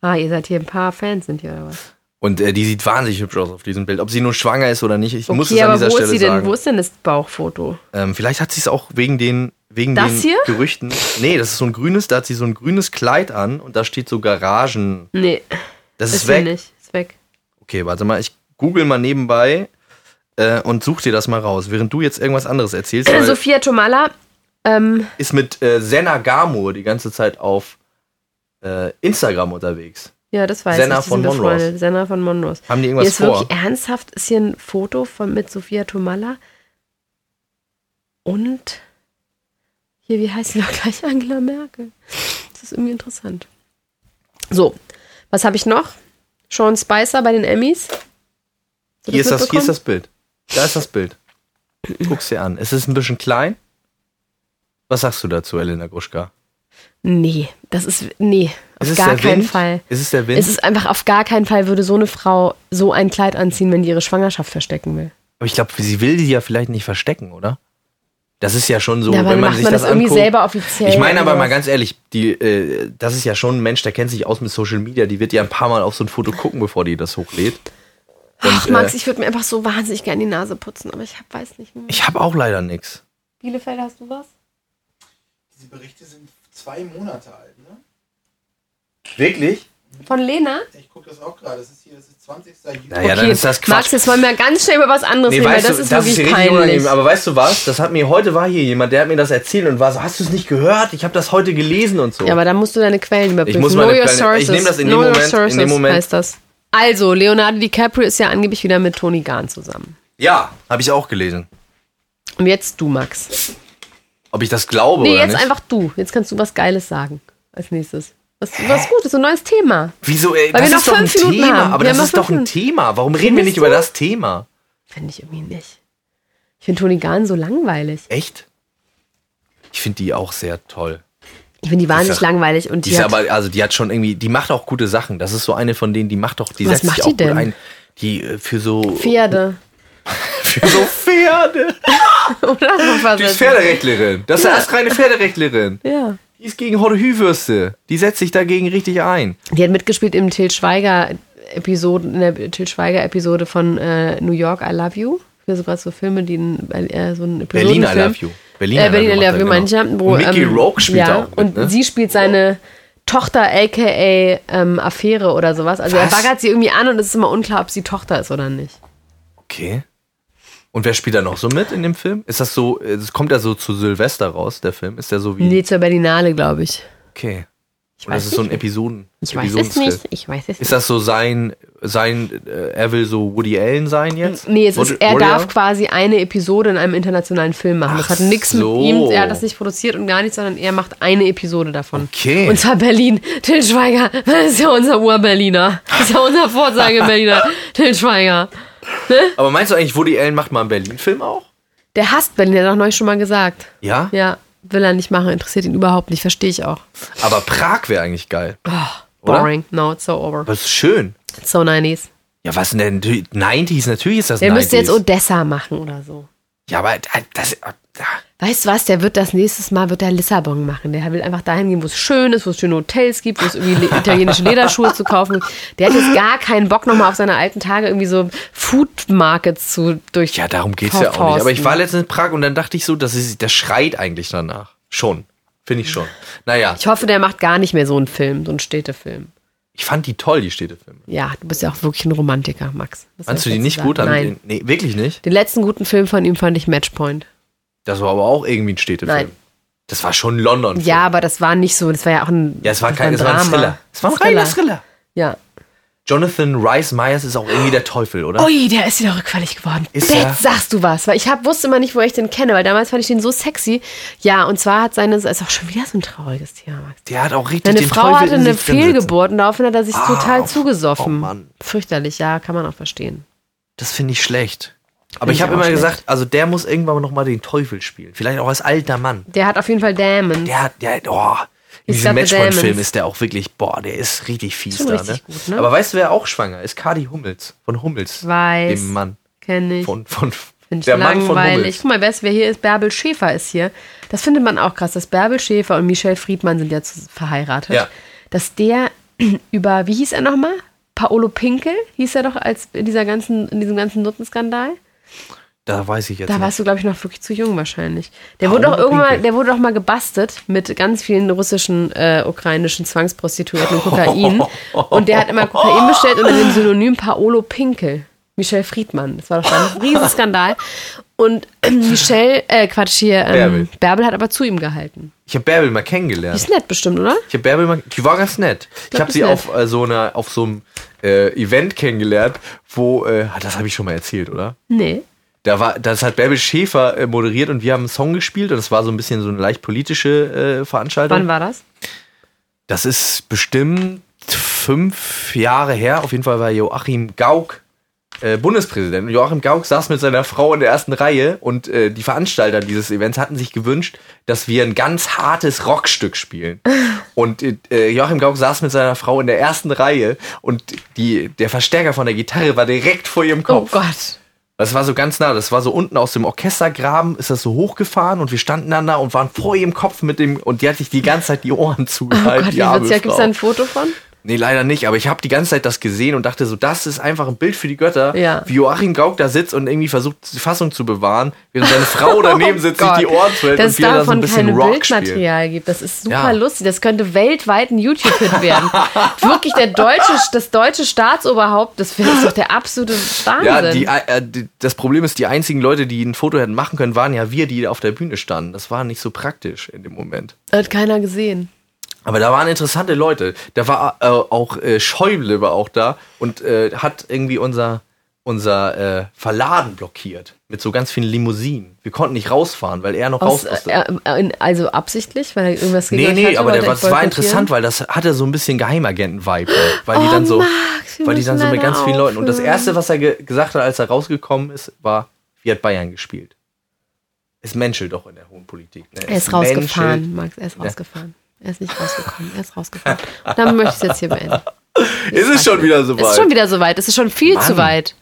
B: Ah, ihr seid hier ein paar Fans, sind hier oder was?
A: Und äh, die sieht wahnsinnig hübsch aus auf diesem Bild. Ob sie nun schwanger ist oder nicht, ich muss es
B: Okay,
A: an
B: aber
A: dieser
B: wo
A: Stelle
B: ist, sie denn,
A: sagen.
B: wo ist denn das Bauchfoto?
A: Ähm, vielleicht hat sie es auch wegen den, wegen
B: Das
A: den
B: hier?
A: Gerüchten. Nee, das ist so ein grünes, da hat sie so ein grünes Kleid an und da steht so Garagen.
B: Nee,
A: Das ist,
B: ist
A: weg.
B: sie nicht. Ist weg.
A: Okay, warte mal, ich google mal nebenbei äh, und such dir das mal raus, während du jetzt irgendwas anderes erzählst. weil-
B: Äh, Sophia Tomala, ähm,
A: ist mit äh, Senna Gamur die ganze Zeit auf äh, Instagram unterwegs.
B: ja, das weiß
A: Senna
B: ich. die sind
A: von Monrose.
B: befreundet. Senna von Monrose.
A: Haben die
B: Hier
A: irgendwas
B: ist
A: vor?
B: wirklich ernsthaft, ist hier ein Foto von mit Sophia Tomala und hier, wie heißt sie noch gleich? *laughs* Angela Merkel. Das ist irgendwie interessant. So, was habe ich noch? Sean Spicer bei den Emmys. Hast du
A: Hier ist, das, hier
B: mitbekommen?
A: ist das Bild. Da ist das Bild. Guck's dir an. Es ist ein bisschen klein. Was sagst du dazu, Elena Gruschka?
B: Nee, das ist, nee, auf
A: Ist es
B: gar
A: der
B: keinen
A: Wind?
B: Fall.
A: Ist es der Wind?
B: Es ist einfach auf gar keinen Fall würde so eine Frau so ein Kleid anziehen, wenn die ihre Schwangerschaft verstecken will.
A: aber ich glaube, sie will die ja vielleicht nicht verstecken, oder? Das ist ja schon so,
B: Ja, aber
A: wenn
B: dann
A: man
B: macht
A: sich
B: man
A: das,
B: das irgendwie
A: anguckt.
B: selber offiziell
A: Ich meine aber
B: oder
A: mal
B: was?
A: ganz ehrlich, die, äh, das ist ja schon ein Mensch, der kennt sich aus mit Social Media. Die wird ja ein paar Mal auf so ein Foto gucken, bevor die das hochlädt.
B: Ach,
A: äh,
B: Max, ich würde mir einfach so wahnsinnig gerne die Nase putzen, aber ich hab, weiß nicht.
A: Ich habe auch leider nichts.
B: Bielefeld, hast du was?
C: Diese Berichte sind zwei Monate alt, ne?
A: Wirklich?
B: Von Lena?
C: Ich gucke das auch gerade. Das ist hier, das ist 20. Juli.
A: Naja, dann ist das Quatsch.
B: Max, jetzt wollen wir ganz schnell über was anderes
A: Nee,
B: reden, weil
A: weißt
B: das
A: du,
B: ist wirklich peinlich.
A: unangenehm. Aber weißt du was? Das hat mir heute war hier jemand, der hat mir das erzählt und war so, hast du es nicht gehört? Ich habe das heute gelesen und so.
B: ja, aber da musst du deine Quellen überprüfen.
A: Ich muss meine
B: Know your
A: Quellen- ich
B: sources.
A: nehme das in dem
B: Know your
A: Moment- in
B: sources
A: dem Moment-
B: heißt das. Also, Leonardo DiCaprio ist ja angeblich wieder mit Toni Gahn zusammen.
A: ja, habe ich auch gelesen.
B: Und jetzt du, Max.
A: Ob ich das glaube
B: Nee,
A: oder
B: jetzt
A: nicht?
B: einfach du. Jetzt kannst du was Geiles sagen als nächstes. Was, was Gutes, ein neues Thema.
A: Wieso? Ey,
B: Weil
A: das
B: wir
A: ist
B: noch
A: doch ein
B: fünf Minuten
A: Thema.
B: haben.
A: Aber
B: Wir
A: das
B: haben
A: ist
B: noch
A: doch ein
B: fünf
A: Thema. Warum reden wir nicht
B: Findest
A: über
B: du?
A: das Thema?
B: Finde ich irgendwie nicht. Ich finde Toni Gahn so langweilig.
A: Echt? Ich finde die auch sehr toll.
B: Ich finde die wahnsinnig
A: ist ja-
B: langweilig und
A: Die
B: die,
A: ist
B: hat,
A: aber, also die hat schon irgendwie, die macht auch gute Sachen. Das ist so eine von denen, die macht doch, die
B: Was
A: setzt
B: macht
A: sich
B: die
A: auch
B: denn?
A: gut ein. Die äh, für so
B: Pferde.
A: für so Pferde.
B: Oder?
A: Die ist Pferderechtlerin. Das ist eine erst reine Pferderechtlerin.
B: Ja.
A: Die ist gegen Horde Hühwürste. Die setzt sich dagegen richtig ein.
B: Die hat mitgespielt im Til Schweiger Episode, in der Til Schweiger Episode von äh, New York I Love You. Das sind gerade so Filme, die in, äh, so ein
A: Berlin I
B: Episodenfilm-
A: Love You. Berlin I
B: äh,
A: Love
B: Berlin I
A: You macht
B: Love
A: er,
B: You
A: genau.
B: mancher. Wo, ähm,
A: Und Mickey Rourke spielt
B: ja,
A: da auch mit,
B: Und
A: ne?
B: sie spielt seine Tochter aka ähm, Affäre oder sowas. Also er
A: Was?
B: baggert sie irgendwie an und es ist immer unklar, ob sie Tochter ist oder nicht.
A: Okay. Und wer spielt da noch so mit in dem Film? Ist das so, äh, kommt er so zu Silvester raus, der Film? Ist der so wie.
B: Nee, zur Berlinale, glaube ich.
A: Okay. Ich
B: weiß
A: das ist so ein
B: nicht.
A: Episoden.
B: Ich weiß es
A: Episodenthrill.
B: nicht. Ich weiß es nicht.
A: Ist das so sein, sein, äh, er will so Woody Allen sein jetzt?
B: Nee, es
A: Woody-
B: ist, er
A: Woody
B: darf
A: Allen?
B: quasi eine Episode in einem internationalen Film machen. Das
A: Ach
B: hat nichts
A: so.
B: mit ihm, er hat das nicht produziert und gar nichts, sondern er macht eine Episode davon.
A: Okay.
B: Und zwar Berlin. Till Schweiger, *laughs* das ist ja unser Ur-Berliner. Das ist ja unser
A: *laughs*
B: Vorzeige-Berliner. Till Schweiger.
A: Aber meinst du eigentlich, Woody Allen macht mal einen Berlin-Film auch?
B: Der hasst Berlin, hat er doch neulich schon mal gesagt.
A: Ja?
B: Ja. Will er nicht machen, interessiert ihn überhaupt nicht, verstehe ich auch. Ah,
A: Aber Prag wäre eigentlich geil. Oder?
B: Boring. No, it's so over.
A: Aber es ist schön.
B: It's so 90s.
A: Ja, was denn? der 90s? Natürlich ist das
B: Der
A: 90s.
B: müsste jetzt Odessa machen oder so.
A: ja, aber äh, das.
B: Weißt du was, der wird das nächstes Mal, wird der Lissabon machen. Der will einfach dahin gehen, wo es schön ist, wo es schöne Hotels gibt, wo es irgendwie le- italienische Lederschuhe zu kaufen gibt. Der hat jetzt gar keinen Bock nochmal auf seine alten Tage irgendwie so Food Markets zu durch.
A: Ja, darum geht's ja auch nicht. Aber
B: ne?
A: ich war letztens in Prag und dann dachte ich so, das, ist, das schreit eigentlich danach. Schon. Finde ich schon. Naja,
B: Ich hoffe, der macht gar nicht mehr so einen Film, so einen Städtefilm.
A: ich fand die toll, die Städtefilme.
B: Ja, du bist ja auch wirklich ein Romantiker, Max. Was soll
A: Fandst du
B: ich
A: die
B: dazu
A: nicht
B: sagen?
A: gut? Haben die-
B: Nein.
A: Nee, wirklich nicht.
B: Den letzten guten Film von ihm fand ich Matchpoint.
A: Das war aber auch irgendwie ein Städtefilm.
B: Nein.
A: Das war schon London.
B: Ja, aber das war nicht so, das war ja auch ein.
A: Ja, es war kein, es war ein Thriller. Es war ein reiner Thriller.
B: Ja.
A: Jonathan Rice Myers ist auch irgendwie der Teufel, oder?
B: Ui, der ist wieder rückfällig geworden.
A: Ist
B: Jetzt
A: er?
B: sagst du was, weil ich hab, wusste immer nicht, woher ich den kenne, weil damals fand ich den so sexy. Ja, und zwar hat seine, ist auch schon wieder so ein trauriges Thema, Max.
A: Der hat auch richtig
B: Seine
A: den
B: Frau
A: Teufel
B: hatte
A: in
B: eine
A: sich drin sitzen.
B: Fehlgeburt und daraufhin hat er sich total
A: oh,
B: zugesoffen.
A: oh Mann.
B: Fürchterlich, ja, kann man auch verstehen.
A: Das finde ich schlecht. Aber ich
B: ich
A: habe
B: auch
A: immer
B: schlecht.
A: gesagt, also der muss irgendwann noch mal den Teufel spielen. Vielleicht auch als alter Mann.
B: Der hat auf jeden Fall Dämonen.
A: Der hat, der, oh, in
B: Ich glaub, der
A: diesem Matchpoint-Film
B: Dämons.
A: ist der auch wirklich, boah, der ist richtig fies
B: Schon
A: da,
B: richtig
A: ne?
B: gut, ne?
A: Aber weißt du, wer auch schwanger ist? Kadi Hummels. Von Hummels.
B: Weiß.
A: Dem Mann.
B: Kenne ich.
A: Von, von,
B: Finde ich
A: der Mann von
B: langweilig.
A: Hummels.
B: Guck mal, wer, ist, wer hier ist, Bärbel Schäfer ist hier. Das findet man auch krass, dass Bärbel Schäfer und Michelle Friedmann sind ja zu, verheiratet.
A: Ja.
B: Dass der *clears throat* über, wie hieß er nochmal? Paolo Pinkel hieß er doch als in, dieser ganzen, in diesem ganzen Nuttenskandal.
A: Da weiß ich jetzt
B: Da
A: nicht.
B: warst du, glaube ich, noch wirklich zu jung wahrscheinlich. Der
A: Paolo
B: wurde doch irgendwann,
A: Pinkel.
B: der wurde doch mal gebastelt mit ganz vielen russischen, äh, ukrainischen Zwangsprostituierten und
A: *laughs*
B: Kokain. und der hat immer Kokain bestellt unter dem Synonym Paolo Pinkel. Michelle Friedmann. Das war doch dann ein
A: *laughs*
B: Riesenskandal. Und Michelle, äh, Quatsch hier, ähm,
A: Bärbel.
B: Bärbel. hat aber zu ihm gehalten.
A: Ich habe Bärbel mal
B: Die
A: kennengelernt.
B: Ist nett bestimmt, oder?
A: Ich habe Bärbel mal, die war ganz nett. Ich
B: glaub,
A: habe
B: die
A: sie
B: ist nett.
A: auf äh, so einer, auf so einem äh, Event kennengelernt, wo, äh, ah, das habe ich schon mal erzählt, oder?
B: Nee.
A: Da war, das hat Bärbel Schäfer äh, moderiert und wir haben einen Song gespielt und das war so ein bisschen so eine leicht politische äh, Veranstaltung.
B: Wann war das?
A: Das ist bestimmt fünf Jahre her. Auf jeden Fall war Joachim Gauck äh, Bundespräsident. Und Joachim Gauck saß mit seiner Frau in der ersten Reihe und äh, die Veranstalter dieses Events hatten sich gewünscht, dass wir ein ganz hartes
B: *laughs*
A: Rockstück spielen. Und äh, Joachim Gauck saß mit seiner Frau in der ersten Reihe und die, der Verstärker von der Gitarre war direkt vor ihrem
B: Oh
A: Kopf.
B: Gott.
A: Das war so ganz nah. Das war so unten aus dem Orchestergraben, ist das so hochgefahren und wir standen dann da und waren vor ihrem Kopf mit dem. Und die hat sich die ganze Zeit die Ohren
B: *laughs* Oh
A: zugehalten.
B: Gott, wie
A: die arme
B: wird's ja? Gibt's
A: Frau.
B: da ein Foto von?
A: Nee, leider nicht, aber ich habe die ganze Zeit das gesehen und dachte so, das ist einfach ein Bild für die Götter,
B: Ja.
A: wie Joachim Gauck da sitzt und irgendwie versucht, die Fassung zu bewahren, während
B: *laughs*
A: seine Frau daneben sitzt, sich
B: Oh Gott.
A: die Ohren zuhält
B: Dass es
A: und wir da so ein
B: davon
A: bisschen
B: kein
A: Rock spielen.
B: Bildmaterial gibt. Das ist super
A: Ja.
B: lustig. Das könnte weltweit ein YouTube-Hit
A: *laughs*
B: werden. Wirklich, der deutsche, das deutsche Staatsoberhaupt, das wäre doch der absolute Wahnsinn.
A: Ja, die, äh, die, das Problem ist, die einzigen Leute, die ein Foto hätten machen können, waren ja wir, die auf der Bühne standen. Das war nicht so praktisch in dem Moment.
B: Hat keiner gesehen.
A: Aber da waren interessante Leute. Da war äh, auch äh, Schäuble war auch da und äh, hat irgendwie unser, unser äh, Verladen blockiert mit so ganz vielen Limousinen. Wir konnten nicht rausfahren, weil er noch raus
B: Aus,
A: musste.
B: äh, äh, in- also absichtlich, weil er irgendwas gegen
A: nee,
B: euch
A: nee,
B: hatte,
A: aber der,
B: wollte
A: war-
B: euch
A: das war
B: boykottieren?
A: interessant, weil das hatte so ein bisschen Geheimagenten-Vibe. äh, Weil die
B: Oh,
A: dann so,
B: Max, wir
A: weil die dann so
B: müssen
A: mit ganz
B: leider
A: vielen Leuten. Und das
B: aufhören.
A: erste, was er ge gesagt hat, als er rausgekommen ist, war, wie hat Bayern gespielt? Es menschelt doch in der hohen Politik. Ne?
B: Er ist
A: Es menschelt.
B: rausgefahren, Max. Er ist rausgefahren. Er ist nicht rausgekommen. Er ist rausgefahren. Und dann möchte ich es jetzt hier beenden.
A: *laughs* Ist es schon wieder so
B: Es ist schon wieder so weit. Es ist schon viel
A: Mann.
B: zu weit.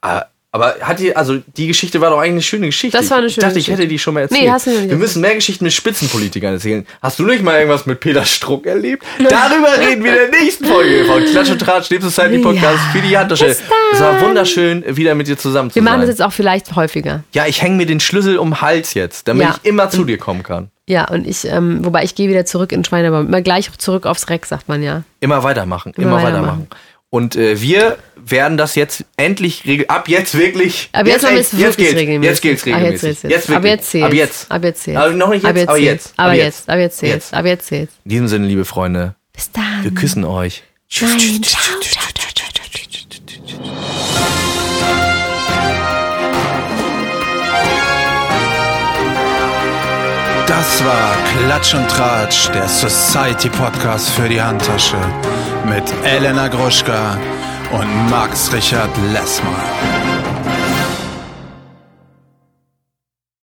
A: Ah, Aber hat die, also die Geschichte war doch eigentlich eine schöne Geschichte.
B: Das war eine schöne
A: Ich dachte, ich hätte
B: Geschichte.
A: die schon mal
B: Nee,
A: erzählt.
B: hast du noch nicht
A: Wir müssen mehr Geschichten mit Spitzenpolitikern erzählen. Hast du nicht mal irgendwas mit Peter Struck erlebt? Darüber reden wir in der nächsten Folge von Klatsch und Tratsch, Lebst Society Podcast für die Handtasche.
B: bis
A: Es war wunderschön, wieder mit dir zusammen zu
B: Wir machen
A: sein.
B: das jetzt auch vielleicht häufiger.
A: ja, ich hänge mir den Schlüssel um den Hals jetzt, damit
B: Ja.
A: ich immer zu dir kommen kann.
B: Ja, und ich, ähm, wobei ich gehe wieder zurück in den Schweinebaum. Immer gleich zurück aufs Reck, sagt man ja.
A: Immer weitermachen, immer,
B: Immer
A: weitermachen.
B: weitermachen.
A: Und äh, wir werden das jetzt endlich regel ab jetzt wirklich.
B: Aber jetzt, haben wir es
A: echt,
B: wirklich
A: jetzt geht's,
B: regelmäßig.
A: Jetzt geht's
B: Ah,
A: regelmäßig.
B: jetzt, jetzt, jetzt.
A: wirklich.
B: Aber jetzt zählt's.
A: Ab jetzt.
B: Ab jetzt zählt's.
A: Aber noch nicht jetzt,
B: Ab jetzt
A: aber
B: zählt's.
A: jetzt.
B: Aber
A: Ab jetzt.
B: jetzt. Aber jetzt zählt's.
A: Jetzt.
B: Aber jetzt zählt's.
A: In diesem Sinne, liebe Freunde,
B: Bis dann.
A: wir küssen euch.
B: Nein, ciao, ciao, ciao.
D: Das war Klatsch und Tratsch, der Society Podcast für die Handtasche mit Elena Gruschka und Max Richard Lessmann.